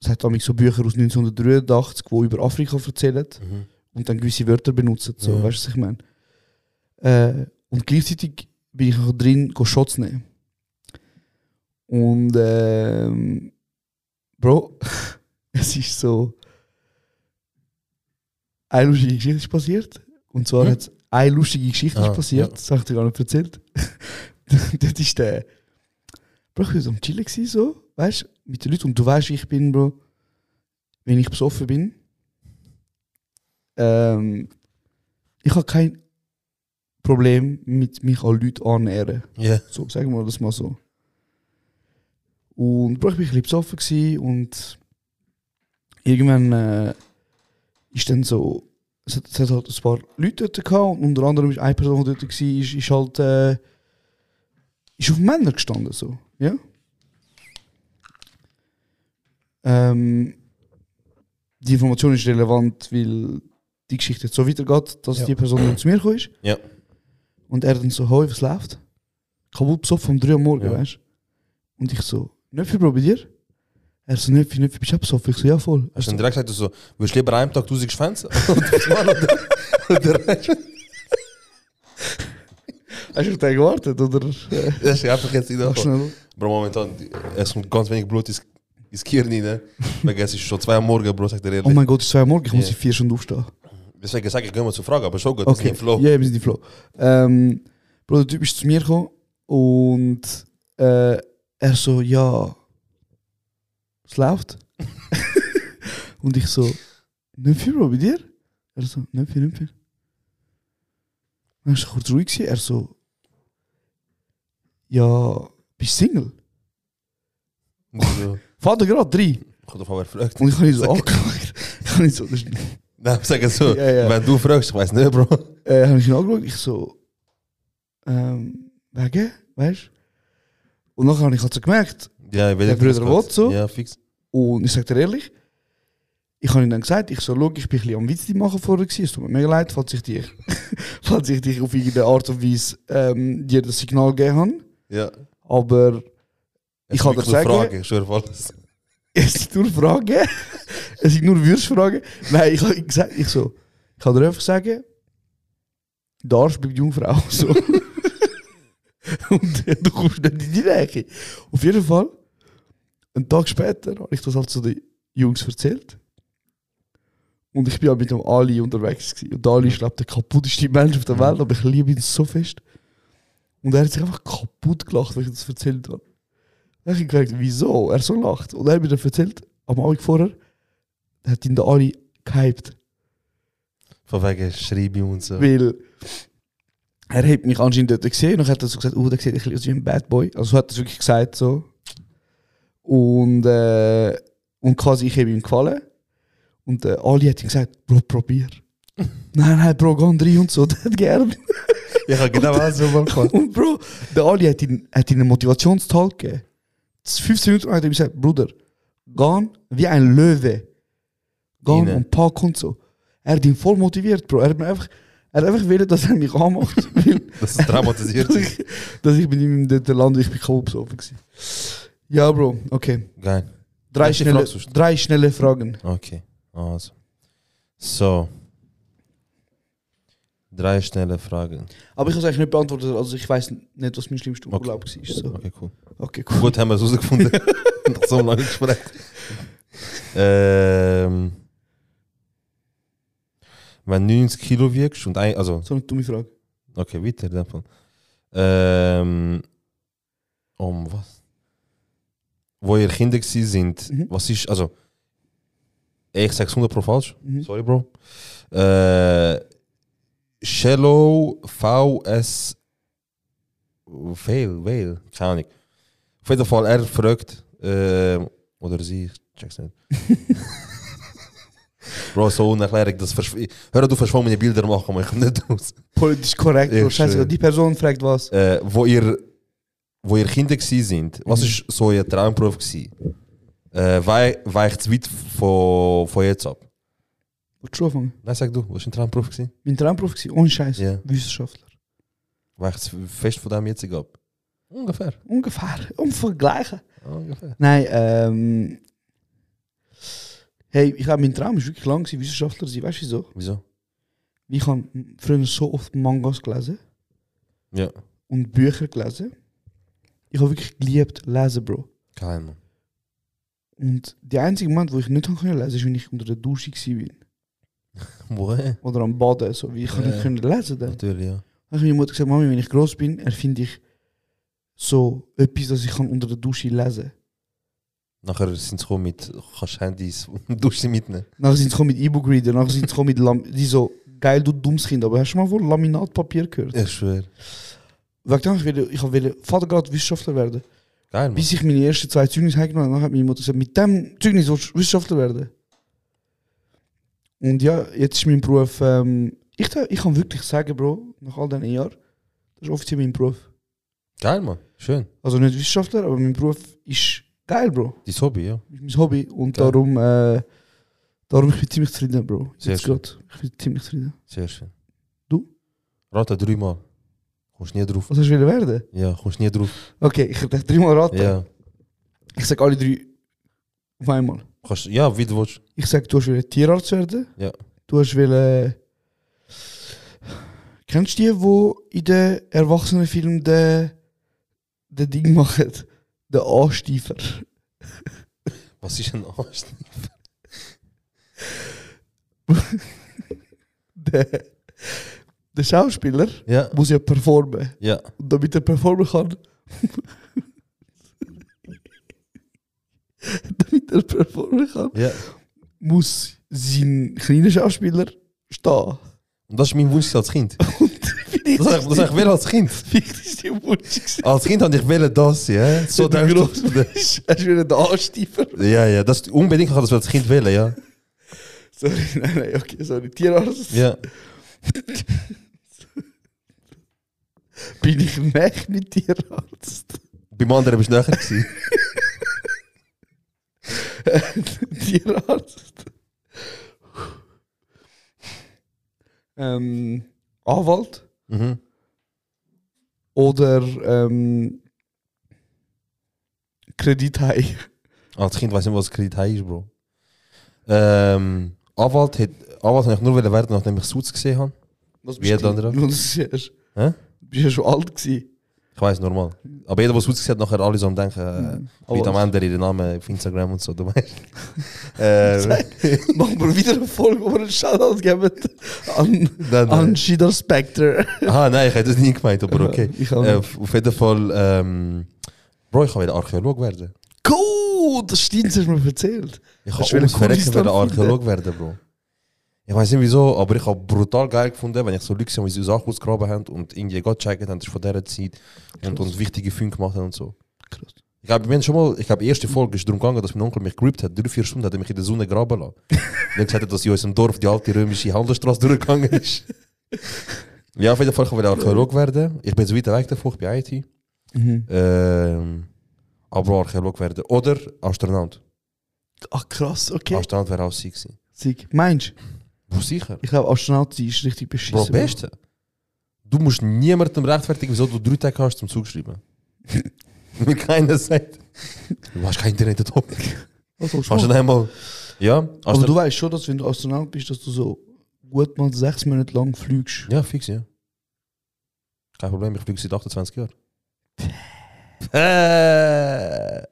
es hat nämlich so Bücher aus 1983, die über Afrika erzählen
Mhm.
und dann gewisse Wörter benutzen. So,
Ja.
Weißt du, was ich meine? Äh, und gleichzeitig bin ich auch drin, go Shots nehmen. Und, ähm, Bro, [LAUGHS] es ist so. Eine lustige Geschichte ist passiert. Und zwar
Hm?
hat eine lustige Geschichte
Ah,
ist passiert,
ja.
das habe ich dir gar nicht erzählt. [LAUGHS] Dort ist der. Bro, ich war so am Chillen, gewesen, so, weißt du, mit den Leuten. Und du weißt, wie ich bin, Bro. Wenn ich besoffen bin, ähm, ich habe kein Problem mit mich an Leute annähern.
Ja.
So, sagen wir das mal so. Und Bro, ich war ein bisschen besoffen gewesen und irgendwann äh, ist dann so, es hat, es hat halt ein paar Leute dort gehabt und unter anderem ist eine Person, die dort war, ist, ist halt äh, ist auf Männer gestanden, so, ja. Ähm, die Information ist relevant, weil die Geschichte jetzt so weitergeht, dass
Ja.
die Person dann zu mir gekommen ist.
Ja.
Und er dann so, hoi, was läuft? Kaputt besoffen um 3 Uhr morgens,
Ja.
weißt du? Und ich so, nicht viel, Bro, bei dir? Er so, nicht viel, nicht viel, bist du auch besoffen? Ich so, ja, voll. Er
Hast du dann
so,
direkt gesagt, du so, willst du lieber einen Tag 1000 [LAUGHS] Schwänze? oder, oder,
Hast du auf den gewartet, oder? Äh,
das ist einfach jetzt wieder.
mach schnell.
Bro, e momentan, es kommt ganz wenig Blut ins, ins Gehirn rein. Wegen es ist schon zwei am Morgen, Bro, sagt er ehrlich.
Oh mein Gott, es ist 2 Uhr morgens, ich muss
Ja.
in 4 Stunden aufstehen.
Deswegen sage ich, gehen wir zur Frage, aber schon gut, das ist
Okay.
im Flow.
Ja, wir sind im Flow. Ähm, Bro, der Typ ist zu mir gekommen und äh, er so, ja, es läuft. [LAUGHS] und ich so, nicht viel, Bro, bei dir? Er so, nicht viel, nicht viel. Dann war kurz ruhig, gewesen. er so, ja, bist du Single?
Und so,
Vater gerade drei.
Kommt auf einmal fragt.
[LAUGHS] Und ich habe ihn so
Sag-
angeschaut. Ich habe ihn so, das ist
Nein, sag es so,
Ja, ja.
wenn du fragst, ich weiß nicht, ne, Bro.
äh, habe ich ihn angeschaut. Ich so, ähm, wegen, weißt du? Und nachher habe ich halt so gemerkt, oh,
Ja, ich will
Der
nicht, wie das
Bruder
geht.
will so.
Ja, fix.
und ich sage dir ehrlich, ich habe ihm dann gesagt, ich so, schau, ich bin ein bisschen am Witz machen vorher gewesen, es tut mir mega leid, falls ich [LAUGHS] dich, falls ich dich auf irgendeine Art und Weise ähm, dir das Signal gegeben habe.
Ja.
Aber Ich kann dir
wirklich
sagen-
nur Fragen, ich schwöre auf alles.
es sind nur Fragen, es sind nur Würstfragen. Nein, ich habe ihm gesagt, ich so, ich kann dir einfach sagen, der Arsch bleibt [LAUGHS] Jungfrau. So. Und du kommst nicht in die Nähe. Auf jeden Fall, einen Tag später habe ich das halt so den Jungs erzählt. Und ich bin ja mit dem Ali unterwegs. Gewesen. Und der Ali ist, glaube ich, der kaputteste Mensch auf der Welt, aber ich liebe ihn so fest. Und er hat sich einfach kaputt gelacht, wenn ich das erzählt habe. Dann habe ich gefragt, wieso er so lacht. Und er hat mir dann erzählt, am Abend vorher, hat ihn der Ali gehypt.
Von wegen Schreiben und so.
Weil er hat mich anscheinend dort gesehen und hat er so gesagt, oh, der sieht ein bisschen aus wie ein Bad Boy. Also so hat er es wirklich gesagt so. Und, äh, und quasi ich habe ihm gefallen. Und äh, Ali hat ihm gesagt, Bro, probier. nein, nein, Bro, geh an drei und so, [LAUGHS] das hat gerne.
Ich habe genau was so [LAUGHS] mal gehabt.
Und Bro, der Ali hat ihn, hat ihn einen Motivationstalk gegeben. Das 15 Minuten lang hat er ihm gesagt, Bruder, geh wie ein Löwe. Geh
Rein.
und pack und so. Er hat ihn voll motiviert, Bro. Er hat mir einfach, er hat einfach will, dass er mich anmacht. [LAUGHS] weil,
Das ist traumatisiert.
dass, [LAUGHS] ich, dass ich mit ihm dort lande, ich bin kaum besoffen gewesen. Ja, Bro, okay.
Geil.
Drei
Welche
schnelle,
Frage suchst du?
drei schnelle Fragen.
Okay, also. So. Drei schnelle Fragen.
Aber ich habe es eigentlich nicht beantwortet, also ich weiß nicht, was mein schlimmster
Okay.
Urlaub war. So.
Okay, cool.
Okay, cool.
Gut, haben wir es
[LAUGHS]
rausgefunden. Nach so einem langen Gespräch. Ähm, wenn du 90 Kilo wiegst und ein, also,
So eine dumme Frage.
okay, weiter in dem Fall. Ähm, um was? Wo ihr Kinder gewesen sind,
Mhm.
was ist, also, ich sag's 100 pro falsch,
Mhm.
sorry, Bro. Äh, Shallow VS Fail, Whale, keine Ahnung. Äh, Auf jeden Fall, er fragt, ähm, oder sie, ich check's nicht. Bro, so ohne Erklärung. Das verschw- Hör auf, verschwommene Bilder machen, man kommt nicht aus.
Politisch korrekt,
Ja,
Bro. Scheiße,
schön.
die Person fragt was.
Äh, wo, ihr, wo ihr Kinder gsi sind, was ist so euer Traumberuf gsi? Äh, wei- Weicht es weit von, von jetzt ab?
Willst du anfangen?
Nein, sag du, was war ein Traumberuf? gsi?
Mein Traumberuf war, ohne Scheiß,
Ja.
Wissenschaftler.
Weicht es fest von dem jetzigen ab? Ungefähr.
Ungefähr. Um zu vergleichen.
Ungefähr.
Nein,
ehm,
ähm. Hey, ich glaube, mein Traum war wirklich lang, gewesen, Wissenschaftler zu sein. Weißt du wieso?
Wieso?
Ich habe früher so oft Mangas gelesen
Ja.
und Bücher gelesen. Ich habe wirklich geliebt, lesen, Bro.
Geil, Mann.
Und der einzige Moment, wo ich nicht habe können lesen ist, wenn ich unter der Dusche war.
Woher?
Oder am Baden. So. Wie ich kann
Ja.
nicht können lesen dann.
Natürlich, ja.
Dann habe ich meine Mutter gesagt, Mami, wenn ich groß bin, erfinde ich so etwas, das ich kann unter der Dusche lesen kann.
Nachher sind sie gekommen mit, kannst [LAUGHS] Handys und Duschen mitnehmen.
Nachher sind sie gekommen mit E-Book-Reader, nachher sind sie gekommen mit Lam die so, geil, du dummes Kind, aber hast du mal von Laminatpapier gehört?
Ich schwöre.
Weil ich dachte, ich will, ich will Vatergrad Wissenschaftler werden.
Geil, Mann.
Bis ich meine ersten zwei Zeugnis heimgenommen habe, dann hat meine Mutter gesagt, mit dem Zeugnis willst du Wissenschaftler werden. Und ja, jetzt ist mein Beruf, ähm, ich, da- ich kann wirklich sagen, Bro, nach all diesen Jahren, das ist offiziell mein Beruf.
Geil, Mann. Schön.
Also nicht Wissenschaftler, aber mein Beruf ist geil, Bro.
Dein Hobby, ja.
ist mein Hobby und
Geil.
darum, äh, darum ich bin ziemlich zufrieden, Bro.
Sehr
Jetzt
schön.
grad. Ich bin ziemlich zufrieden.
Sehr schön.
Du?
Rate dreimal. Kommst nie drauf.
Was hast du wollen werden?
Ja, kommst nie drauf.
Okay, ich darf dreimal raten.
Ja.
Ich sag alle drei auf einmal.
Kannst, ja, wie du willst.
Ich sag, du hast wollen Tierarzt werden.
Ja.
Du hast wollen... Kennst du die, wo in den Erwachsenenfilmen den, den Ding machen? Den Ansteifer.
Was ist [LAUGHS] ein Arsch?
Den, den Schauspieler
Ja.
muss ja performen.
Ja.
Und damit er performen [LAUGHS] kann. damit er performen kann,
Ja.
muss sein kleiner Schauspieler stehen.
Und das ist mein Wunsch als [LAUGHS] Kind.
Vielleicht
Das sag, das sag ich will als Kind.
Vielleicht ist die Wunsch.
Als Kind hatte ich will das, ja. So
Wenn du
denkst du. [LAUGHS]
Hast du wieder den Ansteifer?
Ja, ja. Das, unbedingt kann ich das als Kind wählen, ja.
Sorry, nein, nein, okay, sorry. Tierarzt
Ja.
bin ich nicht mit [LAUGHS] Tierarzt.
Beim anderen bist du näher gewesen.
Tierarzt. ähm, Anwalt.
Mhm.
Oder ähm, Kredithai.
Als Kind weiß ich nicht, Ah, was Kredit heim ist, Bro. Ähm, Anwalt hat, Anwalt wollte ich nur werden, nachdem ich Suits gesehen habe.
Was
Wie jeder andere?
Du bist ja schon-
Hä?
bist ja schon alt gewesen.
Ich weiß, normal. Aber jeder, der Suits gesehen hat, nachher alle so am Denken, äh, wie am
Aber-
Ende ihren Namen auf eh, Instagram und so, du weißt. äh,
Machen wir wieder eine Folge, wo wir einen Shoutout geben an,
nein,
an
nein.
Shida Spectre.
eh, [LAUGHS] Ah, nein, ich hätte das nie gemeint, Äh, aber
[LAUGHS]
okay.
Ich auch
Äh,
nicht.
auf auf jeden Fall, ähm, Bro, ich kann wieder Archäolog werden.
Cool, das stimmt, das hast du mir erzählt.
Ich
Das
kann
wäre
uns
eine coole
verrecken wieder
Story.
Archäolog werden, Bro. Ich weiß nicht wieso, aber ich habe brutal geil gefunden, wenn ich so Leute sehe, die so Sachen ausgraben haben und irgendwie Gott checken haben, das ist von dieser Zeit und, und wichtige Funde gemacht haben und so.
Krass.
Ich glaube, wir haben schon mal, ich glaube, die erste Folge ist darum gegangen, dass mein Onkel mich gerippt hat. Drei, vier Stunden hat er mich in der Sonne graben lassen. Dann gesagt hat, dass in unserem Dorf die alte römische Handelsstraße durchgegangen ist. ja, auf jeden Fall kann ich Archäolog werden. Ich bin so weit weg davon, ich bin IT.
Mhm.
Ähm, aber Archäolog werden. Oder Astronaut.
Ach Ah, krass, okay.
Astronaut wäre auch sie gewesen.
Sieg. Meinst du?
Wo sicher?
Ich glaube, Astronaut sein ist richtig beschissen.
Bro, beste. Du musst niemandem rechtfertigen, wieso du drei Tage hast zum Zugeschrieben. Mir keiner sagt. Du hast kein Internet da oben.
Was hast
Hast du
du gemacht?
dann einmal. Ja,
Also, Aber
Astro-
du weißt schon, dass wenn du Astronaut bist, dass du so gut mal sechs Monate lang fliegst.
Ja, fix, ja. Kein Problem, ich fliege seit 28 Jahren. Eh.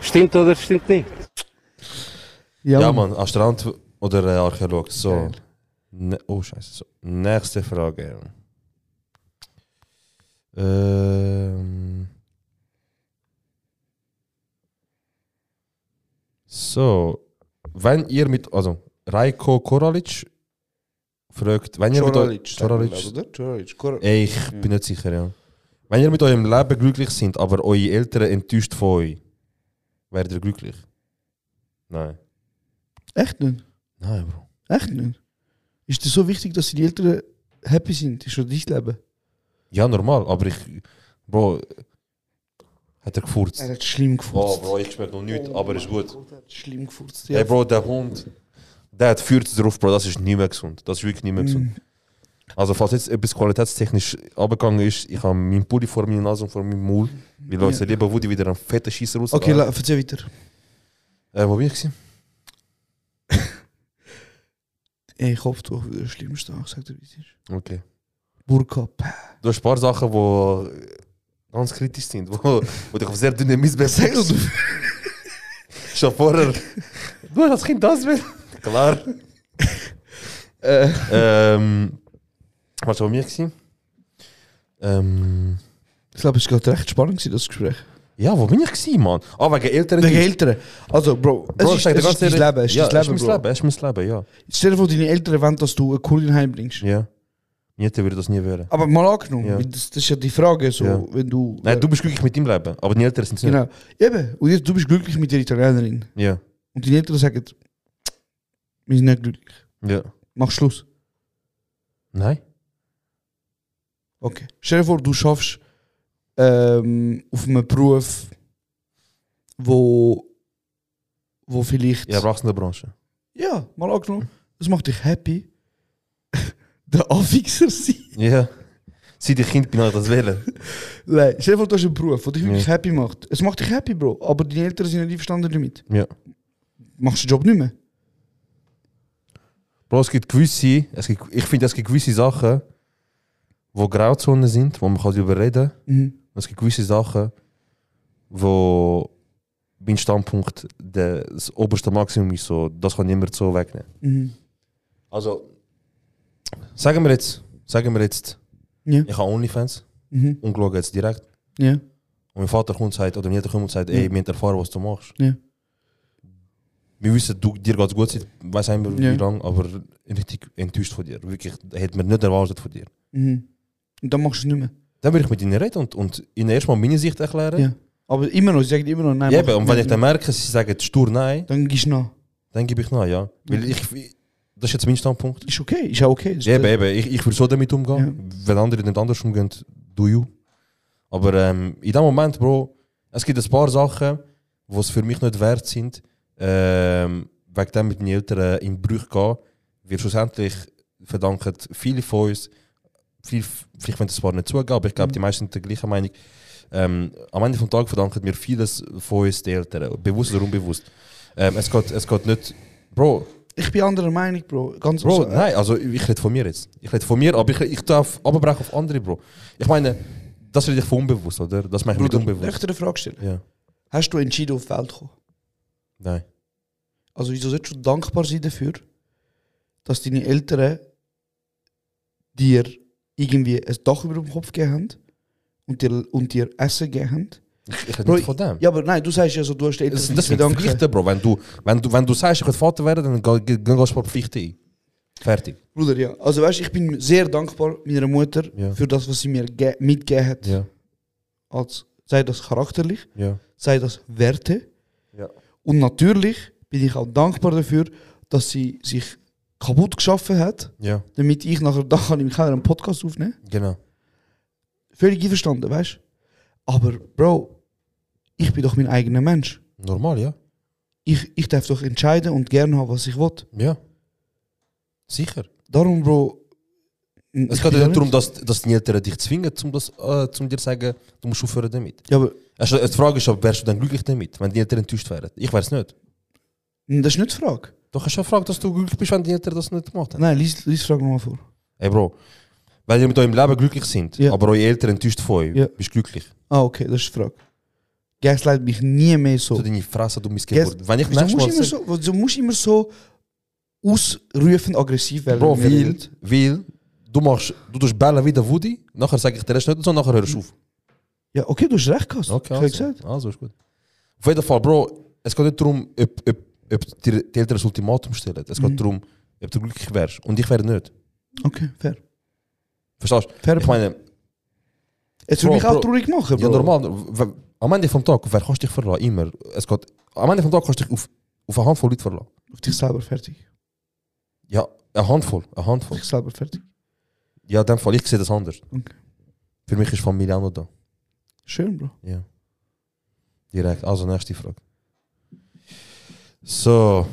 Stimmt oder stimmt nicht?
Ja, Mann, Astronaut oder äh, Archäolog. So.
Geil.
Ne oh, scheiße. So. Nächste Frage. Ähm. So, wenn ihr mit, also Rajko Koralic fragt, wenn ihr mit eu- Čoralić, Ey, Ich bin nicht sicher, ja. Wenn ihr mit eurem Leben glücklich sind, aber eure Eltern enttäuscht von euch, werdet ihr glücklich? Nein.
Echt nicht?
Nein, Bro.
Echt nicht? Ist dir so wichtig, dass die Eltern happy sind? Ist schon dein Leben?
Ja, normal, aber ich. Bro. Hat er gefurzt?
Er hat schlimm gefurzt. Oh
Oh, Bro, ich schmecke noch nichts, aber ist gut.
Gott, er hat schlimm gefurzt.
Hey, Bro, der Hund. Der hat 40 drauf, Bro, dus das ist nicht mehr gesund. Das ist wirklich
Mm.
nicht mehr gesund. Also, falls jetzt etwas qualitätstechnisch abgegangen ist, ich habe meinen Pulli vor meiner Nase und vor meinem Maul. Weil Leute
Ja.
lieber Woody wieder einen fetten Schießer raus.
Okay,
äh,
la, erzähl weiter.
wo bin ich? Gewesen?
Ey, Kopftuch wieder schlimm stark, sagt er, wie es ist.
Okay.
Burka, pah.
Du hast ein paar Sachen, die ganz kritisch [LAUGHS] sind, wo, wo dich auf sehr dünne Mist befängst. Schon vorher. Du hast als Kind das will. Klar.
Äh.
ähm, was war bei mir? gewesen? Ähm,
Ich glaube, es war gerade recht spannend, gewesen, das Gespräch.
ja, wo bin ich gewesen, Mann? Ah, wegen Eltern.
Wegen Eltern. Also, Bro,
Bro,
es ist,
sag dir
es
ganz
ist dein
ehrlich-
Leben. Es ist
ja,
dein
Es
Leben,
ist
Bro.
mein Leben, es ist mein Leben, ja.
Stell dir vor, deine Eltern wollen, dass du eine Kurdin heimbringst.
ja. Nicht, würde das nie wäre.
Aber mal angenommen,
Ja.
weil das, das ist ja die Frage, so,
Ja.
wenn du... äh,
Nein, du bist glücklich mit deinem Leben, aber die Eltern sind es nicht.
Genau. Eben, und jetzt, du bist glücklich mit der Italienerin.
Ja,
Und deine Eltern sagen, wir sind nicht glücklich.
ja.
Mach Schluss.
Nein?
Okay. Stell dir vor, du schaffst ähm, auf einem Beruf, wo, wo vielleicht...
Ja, brauchst du in der Branche.
Ja, mal angenommen, das macht dich happy. [LAUGHS] der Anfixer sein.
Ja. Sieh die Kind genau das wählen.
Nein, stell dir vor, du hast einen Beruf, der dich wirklich
Ja.
happy macht. Es macht dich happy, Bro, aber deine Eltern sind nicht einverstanden damit.
Ja.
Machst du den Job nicht mehr?
Bro, es gibt gewisse, es gibt, ich finde, es gibt gewisse Sachen, wo Grauzonen sind, wo man kann darüber reden kann.
Mhm.
Es gibt gewisse Sachen, wo mein Standpunkt der, das oberste Maximum ist. So, das kann niemand so wegnehmen.
Mhm.
Also, sagen wir jetzt, sagen wir jetzt,
Ja.
ich habe OnlyFans
Mhm.
und schaue jetzt direkt.
Ja.
Und mein Vater kommt und sagt, oder mein Vater kommt und sagt, ey,
Ja.
wir haben erfahren, was du machst.
Ja.
Wir wissen, du, dir geht es gut, seit weiß einmal
Ja.
wie lange, aber richtig enttäuscht von dir. Wirklich, hätte man nicht erwartet von dir.
Mhm. Und dann machst du es nicht mehr.
Dann würde ich mit ihnen reden und, und ihnen erstmal meine Sicht erklären.
Ja. Aber immer noch, sie sagen immer noch nein.
Ja,
mach
eben, und wenn ich
nicht.
dann merke, sie sagen stur nein,
Dann gehst du nach.
dann gebe ich nach, nou ja. Weil ich, das ist jetzt mein Standpunkt.
Ist okay, ist auch okay. Das ist-
Ja, eben, eben. Ich, ich würde so damit umgehen. Wenn andere nicht anders umgehen, do you. Aber ähm, in dem Moment, Bro, es gibt ein paar Sachen, die es für mich nicht wert sind, ähm, wegen dem mit meinen Eltern in Brüche gehen. Weil schlussendlich verdanken viele von uns, viel, vielleicht wenn es zwar nicht zugeben, aber ich glaube, die meisten sind der gleichen Meinung. Ähm, am Ende des Tages verdanken wir vieles von uns den Eltern, bewusst oder unbewusst. Ähm, es, geht, es geht nicht, Bro,
Ich bin anderer Meinung, Bro. Ganz
Bro,
so, äh,
nein, also ich rede von mir jetzt. Ich rede von mir, aber ich, ich darf abbrechen auf andere, Bro. Ich meine, das rede ich von unbewusst, oder? Das mache ich mit
Bruder, darf ich
unbewusst.
dir eine Frage stellen?
Ja,
Hast du entschieden, auf die Welt zu kommen?
nein.
Also wieso solltest du dankbar sein dafür, dass deine Eltern dir irgendwie ein Dach über dem Kopf gegeben haben und dir, und dir Essen gegeben haben?
Ich, ich rede
Bro,
nicht von dem.
Ja, aber nein, du sagst ja so, du hast die Eltern
das,
zu
das sind
bedanken.
Pflichten, Bro. Wenn du, wenn, du, wenn du sagst, ich will Vater werden, dann geh- geh- geh- gehst du vor Pflichten ein. Fertig.
Bruder, ja. Also weißt du, ich bin sehr dankbar meiner Mutter
Ja.
für das, was sie mir ge- mitgegeben hat.
Ja,
Als, sei das charakterlich,
ja.
sei das Werte.
Ja.
Und natürlich bin ich auch dankbar dafür, dass sie sich kaputt geschaffen hat,
Ja,
damit ich nachher da kann im Keller einen Podcast aufnehmen
genau.
Völlig einverstanden, weißt du? Aber Bro, ich bin doch mein eigener Mensch.
Normal, ja.
Ich, ich darf doch entscheiden und gerne haben, was ich will.
Ja. Sicher.
Darum, Bro. n-
Es
ich
geht
bin
ja
doch
nicht darum, dass, dass die Eltern dich zwingen, um, das, äh, zum dir zu sagen, du musst aufhören damit.
Ja, aber
Also, die Frage ist, ob wärst du dann glücklich damit, wenn die Eltern enttäuscht wären? Ich wäre es nicht.
n, das ist nicht die Frage.
Doch hast du ja gefragt, dass du glücklich bist, wenn die Eltern das nicht gemacht haben.
Nein, lies, lies die Frage nochmal vor.
Ey Bro, wenn ihr mit eurem Leben glücklich sind,
Ja.
aber eure Eltern enttäuscht von euch,
Ja.
bist du glücklich.
Ah, okay, das ist die Frage. Gaslight mich nie mehr so.
Du deine Fresse, du
Gas-
Missgeburt. Wenn ich
Wieso
nächstes
musst
Mal
du immer
sag,
so, wieso musst du immer so ausrufend aggressiv werden?
Bro,
wenn wir
weil,
reden?
weil du machst, du tust bellen wie der Woody, nachher sage ich dir erst nicht und so, nachher hörst du auf.
Ja, okay, du hast recht, Kass.
Okay,
ich hab
also.
gesagt.
also ist gut. Auf jeden Fall, Bro, es geht nicht darum, ob, ob, ob dir die Eltern das Ultimatum stellen. Es geht darum, ob du glücklich wärst. Und ich wäre nicht.
Okay, fair.
Verstehst du?
Fair.
Ich meine,
Jetzt würde
Bro,
mich auch
Bro.
traurig machen, Bro.
Ja, normaal. W- Am Ende vom Tag, wer kannst du dich verlassen? Immer. Es geht, am Ende vom Tag kannst du dich auf, auf eine Handvoll Leute verlassen.
Auf dich selber fertig.
Ja, eine Handvoll, eine Handvoll.
Ich selber fertig.
Ja, in dem Fall, ich sehe das anders.
Okay.
Für mich ist Familie auch noch da.
Schön, Bro.
Ja. Direkt. Also, nächste Frage. So.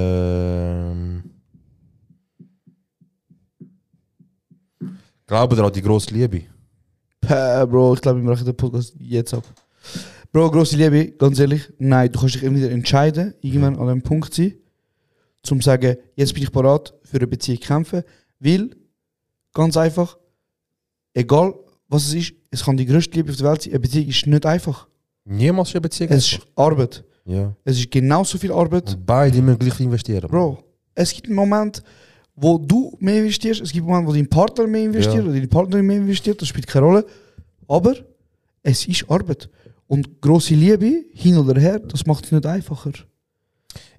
Ähm. Glaubt ihr an die grosse Liebe?
Päh, äh, Bro, ich glaube, wir machen den Podcast jetzt ab. Bro, grosse Liebe, ganz ehrlich, nein, du kannst dich immer wieder entscheiden, irgendwann an einem Punkt sein, zum sagen, jetzt bin ich parat für eine Beziehung zu kämpfen, weil, ganz einfach, egal was es ist, es kann die größte Liebe auf der Welt sein, eine Beziehung ist nicht einfach.
Niemals schon Beziehung.
Es ist Arbeit.
ja.
Es ist genauso viel Arbeit.
Und beide müssen gleich investieren.
Bro, es gibt einen Moment, wo du mehr investierst, es gibt einen Moment, wo dein Partner mehr investiert
Ja.
oder deine Partnerin mehr investiert, das spielt keine Rolle. Aber es ist Arbeit. Und grosse Liebe, hin oder her, das macht es nicht einfacher.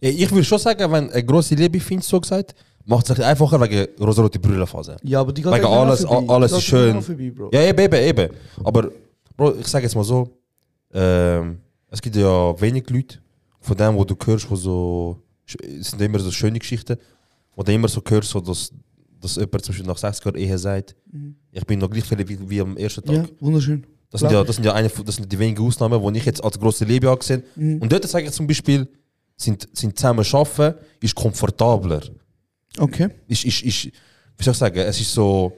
Ja, Ich würde schon sagen, wenn eine grosse Liebe findest, so gesagt, macht es sich einfacher wegen rosarote Brüllenphase.
Ja, aber die
Wegen
irgendwann auch
alles-
vorbei.
alles
Die
ist
geht irgendwann
schön.
auch Vorbei, bro.
Ja, eben, eben, eben. Aber, Bro, ich sage jetzt mal so, ähm, es gibt ja wenig Leute, von denen, wo du hörst, wo so, es sind immer so schöne Geschichten, wo du immer so hörst, so, dass, dass jemand zum Beispiel nach 60 Jahren Ehe sagt, ich bin noch gleich viel wie, wie am ersten Tag.
Ja, wunderschön.
Das, sind ja, das sind ja eine, von- das sind die wenigen Ausnahmen, die ich jetzt als grosse Liebe angesehen Und dort sage ich zum Beispiel, sind, sind zusammen arbeiten, ist komfortabler
Okay.
ist, ist, ist, wie soll ich sagen, es ist so,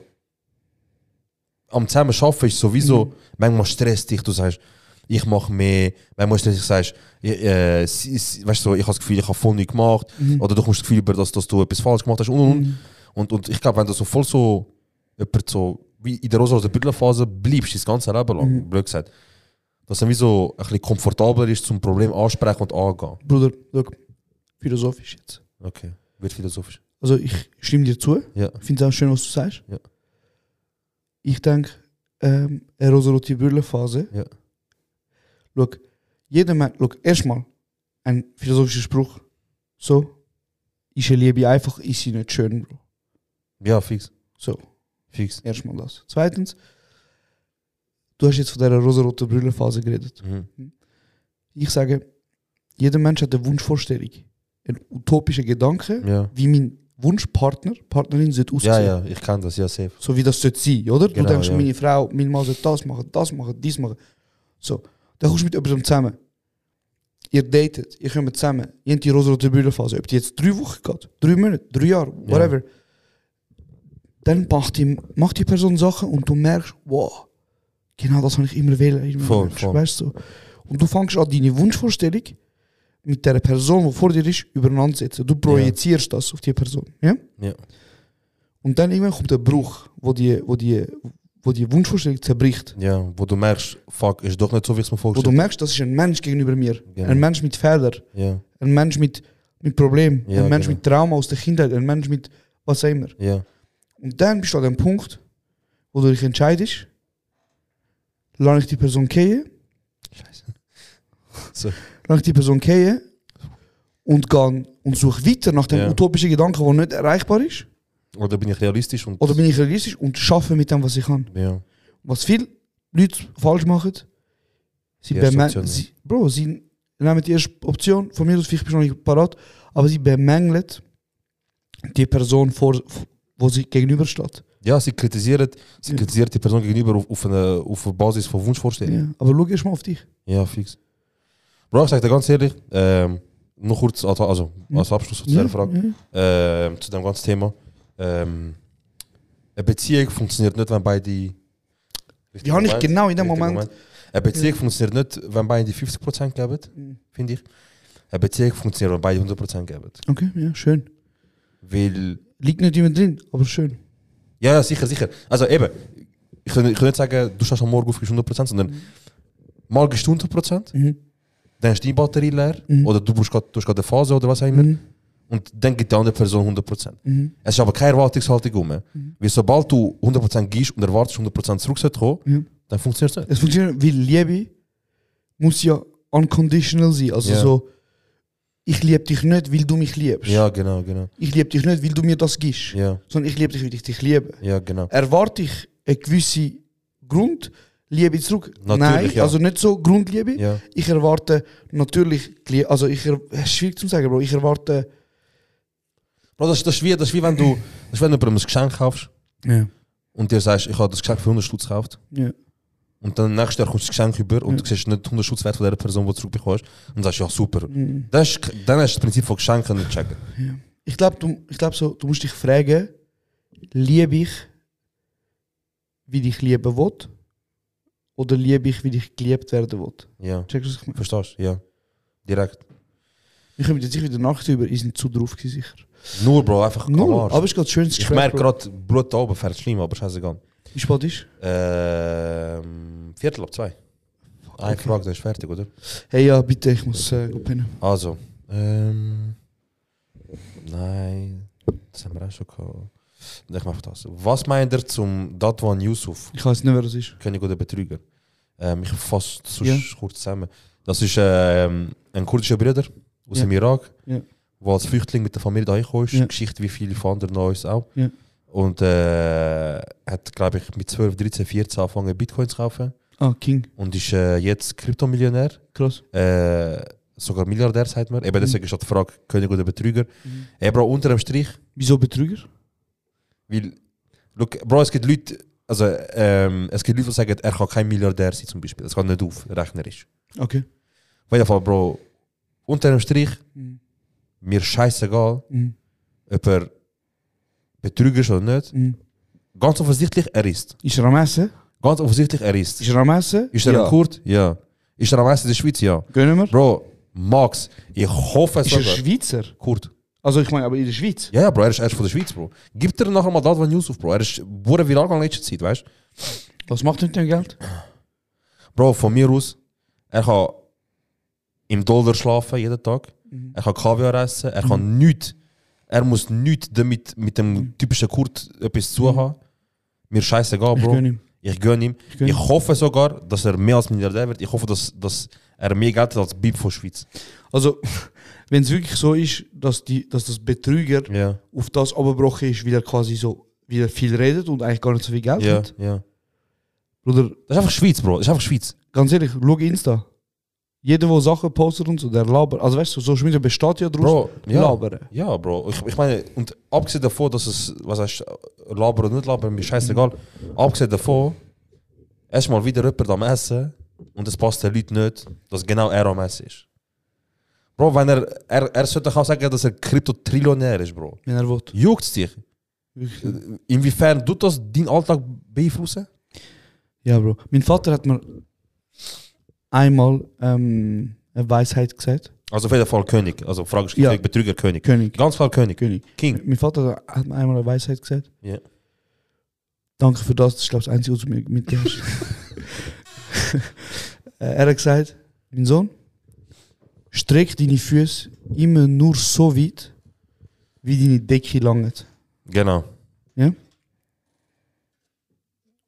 am zusammen arbeiten ist sowieso, manchmal stresst dich, du sagst, ich mache mehr, manchmal stresst dich, sagst, ich, äh, sie- sie- weißt du, so, ich habe das Gefühl, ich habe voll nichts gemacht, oder du kommst das Gefühl über, dass, dass du etwas falsch gemacht hast, und, und, und. und, und ich glaube, wenn du so voll so, jemand so, wie in der rosa Bündlerphase bleibst, das ganze Leben lang, blöd gesagt, dass es wie so ein bisschen komfortabler ist, zum Problem ansprechen und angehen.
Bruder, schau, philosophisch jetzt.
Okay. Wird philosophisch.
Also ich stimme dir zu.
Ja.
Ich finde es auch schön, was du sagst.
Ja.
Ich denke, ähm, eine rosarote Brüllenphase.
Ja.
Schau, jeder Mensch, schau, erstmal, ein philosophischer Spruch, so, ist eine Liebe einfach, ist sie nicht schön, Bro.
Ja, fix.
So,
Fix.
erstmal das. Zweitens, du hast jetzt von dieser rosaroten Brüllenphase geredet.
Mhm.
Ich sage, jeder Mensch hat eine Wunschvorstellung, einen utopischen Gedanken,
Ja.
wie mein Wunschpartner, Partnerin sollte aussehen.
Ja, ja, ich kann das, ja, safe.
So wie das sollte sein, oder?
Genau,
du denkst,
ja.
meine Frau, mein Mann sollte das machen, das machen, dies machen. So. Dann kommst du mit jemandem zusammen. Ihr datet, ihr kommt zusammen, ihr habt die rosa-rote Brüllenphase. Ob die jetzt drei Wochen geht, drei Monate, drei Jahre, whatever. Dann macht die, macht die Person Sachen und du merkst, wow, genau das habe ich immer wählen. Immer
Voll,
Mensch,
voll.
Weißt du? Und du fängst an, deine Wunschvorstellung mit der Person, die vor dir ist, übereinander zu setzen. Du projizierst das auf die Person. Ja?
Ja.
Und dann irgendwann kommt der Bruch, wo die, wo die, wo die Wunschvorstellung zerbricht.
Ja, wo du merkst, fuck, ist doch nicht so, wie ich es mir
Wo du
vorgestellt
merkst, das ist ein Mensch gegenüber mir.
Genau.
Ein Mensch mit Fehlern.
habe. Ja,
Ein Mensch mit, mit Problemen.
Ja,
ein Mensch
genau.
mit Trauma aus der Kindheit. Ein Mensch mit was auch immer.
ja,
Und dann bist du an dem Punkt, wo du dich entscheidest, lass ich die Person gehen,
[LAUGHS] So.
lass ich die Person gehen und, geh und suche weiter nach dem
Ja.
utopischen Gedanken, der nicht erreichbar ist.
Oder bin ich realistisch und.
Oder bin ich realistisch und schaffe mit dem, was ich kann.
ja.
Was viele Leute falsch machen, sie
Die erste
bemängeln.
Option, ja.
Bro, sie nehmen die erste Option, von mir aus vielleicht bist du noch nicht parat, aber sie bemängeln die Person, vor, wo sie gegenübersteht.
ja, sie kritisieren, sie
Ja.
kritisieren die Person gegenüber auf, auf, eine, auf eine eh, Basis von Wunschvorstellungen.
Ja. Aber schau erst mal auf dich.
Ja. fix. Bro, ich sag dir ganz ehrlich, ähm, noch kurz, also, also als Abschluss zu dieser Frage, ähm, zu dem ganzen Thema. Ähm, eine Beziehung funktioniert nicht, wenn beide.
Die habe ich genau in dem
Richtig
Moment.
Eine Beziehung funktioniert nicht, wenn beide 50% geben,
Mhm.
finde ich. Eine Beziehung funktioniert, wenn beide 100% geben.
Okay, ja, schön.
Weil
Liegt nicht immer drin, aber schön.
Ja, ja, sicher, sicher. Also eben, ich kann, ich kann nicht sagen, du stehst am Morgen auf, gibst 100%, sondern
Mhm.
mal gibst du 100%, dann ist deine Batterie leer
Mhm.
oder du brauchst gerade du hast gerade eine Phase oder was auch immer und dann gibt die andere Person 100%.
Mhm.
Es ist aber keine Erwartungshaltung rum. Weil sobald du 100% gibst und erwartest 100% zurück sollte kommen, dann funktioniert es nicht.
Es funktioniert, weil Liebe muss ja unconditional sein. Also
Ja.
so, ich liebe dich nicht, weil du mich liebst.
Ja, genau, genau.
Ich liebe dich nicht, weil du mir das gibst.
Ja,
Sondern ich liebe dich, weil ich dich liebe.
ja, genau.
Erwarte ich einen gewissen Grund, Liebe zurück?
Natürlich,
Nein,
ja.
also nicht so Grundliebe.
Ja.
Ich erwarte natürlich, Lie- also ich, er, es ist schwierig zu sagen, Bro, ich erwarte...
Bro, das, das, ist wie, das ist wie wenn du das ist, wenn du jemandem ein Geschenk kaufst
Ja.
und dir sagst, ich habe das Geschenk für 100 Stutz gekauft.
Ja.
Und dann nächstes Jahr kommst du das Geschenk über und
Ja.
du siehst nicht 100 Stutz wert von der Person, die du zurückbekommst. Und sagst, ja, super. Das ist, dann hast du das Prinzip von Geschenken nicht checken.
Ich glaube, du, ich glaub so, du musst dich fragen, liebe ich, wie ich lieben will? Oder liebe ich, wie ich geliebt werden will?
Ja.
Checkst du, was ich meine?
Verstehst du? Ja. Direkt.
Wir kommen jetzt sicher wieder Nacht über, ich sind zu drauf gewesen, sicher.
Nur, Bro, einfach am
Null,
Arsch.
aber es ist gerade schön
Ich merke gerade, Blut da oben fährt schlimm, aber scheißegal.
Wie spät ist?
Ähm, Viertel ab zwei. Eine
Okay.
Frage, das ist fertig, oder?
Hey, ja, bitte, ich muss äh, gut pennen.
Also, ähm, nein, das haben wir auch schon gehabt. Ich mache das. Was meint ihr zum Datwan Yusuf?
Ich weiß nicht, wer das ist.
König oder Betrüger. Ähm, ich fasse es
Ja.
sonst kurz zusammen. Das ist ähm, ein kurdischer Bruder aus
Ja.
dem Irak,
Ja.
der als Flüchtling mit der Familie da gekommen ist.
Ja.
Geschichte wie viele von anderen uns auch.
Ja.
Und äh, hat, glaube ich, mit 12, 13, 14 angefangen, Bitcoins zu kaufen.
Ah, King,
Und ist äh, jetzt Kryptomillionär.
krass.
Äh, sogar Milliardär, sagt man. Eben deswegen ist auch die Frage, König oder Betrüger.
Mhm.
Ey, Bro, unter dem Strich,
Wieso Betrüger?
weil, look, Bro, es gibt Leute, also, ähm, es gibt Leute, die sagen, er kann kein Milliardär sein, zum Beispiel. Es geht nicht auf, rechnerisch.
Okay.
Auf jeden Fall, Bro, unter dem Strich,
Mhm.
mir scheißegal,
Mhm.
ob er Betrüger ist oder nicht.
Mhm.
Ganz offensichtlich, er ist.
Ist er am Essen?
Ganz offensichtlich, er ist.
Ist er am Essen?
Ist er ein Kurd? Ja. Ist er am meisten in der Schweiz? Ja.
Gönnen wir?
Bro, Max, ich hoffe es
Ist er
sogar.
Schweizer?
Kurd.
Also ich meine, aber in der Schweiz?
Ja, ja, Bro, er ist, er ist von der Schweiz, Bro. Gib dir nachher mal das von Yusuf, Bro. Er ist wurde viral gegangen in letzter Zeit, weißt du?
Was macht er mit dem Geld?
Bro, von mir aus, er kann im Dollar schlafen jeden Tag.
Mhm.
Er kann Kaviar essen, er kann nichts. Er muss nichts damit mit
Mhm.
dem typischen Kurt etwas zu haben. Mir scheißegal,
Ich
Bro.
gönn ihm.
Ich gönn ihm. Ich,
gönn ihm.
hoffe sogar, dass er mehr als Milliardär wird. Ich hoffe, dass, dass er mehr Geld hat als Bib von der Schweiz.
Also, [LAUGHS] wenn es wirklich so ist, dass, die, dass das Betrüger
Ja,
auf das abgebrochen ist, weil er quasi so wieder viel redet und eigentlich gar nicht so viel Geld
ja,
hat.
ja.
Bruder,
Das ist einfach Schweiz, Bro. Das ist einfach Schweiz.
ganz ehrlich, schau Insta. Jeder, der Sachen postet und so, der labert. Also weißt du, Social Media besteht ja draus.
Bro, ja.
labern.
Ja, Bro. Ich, ich meine, und abgesehen davon, dass es, was heißt, labern oder nicht labern, mir scheißegal. Abgesehen davon, erstmal wieder jemand am Essen und es passt den Leuten nicht, dass genau er am Essen ist. Bro, wenn er, er, er sollte auch sagen, dass er Krypto-Trillionär ist, Bro.
Wenn er will.
Juckt's dich?
Wirklich.
Inwiefern tut das deinen Alltag beeinflussen?
Ja, Bro. Mein Vater hat mir einmal ähm, eine Weisheit gesagt.
Also auf jeden Fall König. Also Frage ist,
Ja.
König, Betrüger, König.
König.
Ganz klar König.
König.
King.
Mein Vater hat mir einmal eine Weisheit gesagt.
Ja.
Danke für das, das ist glaube ich das Einzige, was du mir mitgegeben
[LAUGHS]
hast. Äh, er hat gesagt, mein Sohn, streck deine Füße immer nur so weit, wie deine Decke langt.
Genau.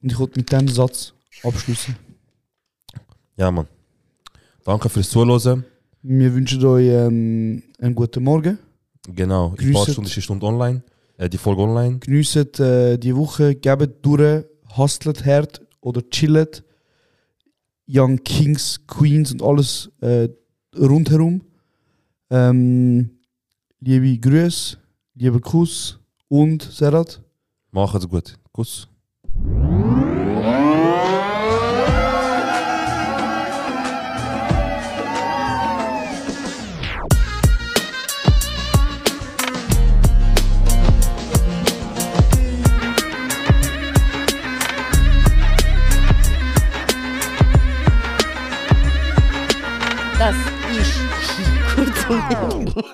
Und ich wollte mit diesem Satz abschließen.
Ja, Mann. Danke fürs Zuhören.
Wir wünschen euch ähm, einen guten Morgen.
Genau, in ein
Grüßet.
paar Stunden ist die Stunde online, äh, die Folge online.
Geniessen äh, die Woche, gebt durch, hustlet hart oder chillet. Young Kings, Queens und alles äh, rundherum. Ähm, liebe Grüße, lieber Kuss und Serat.
Macht's gut. Kuss.
Das ist kurz und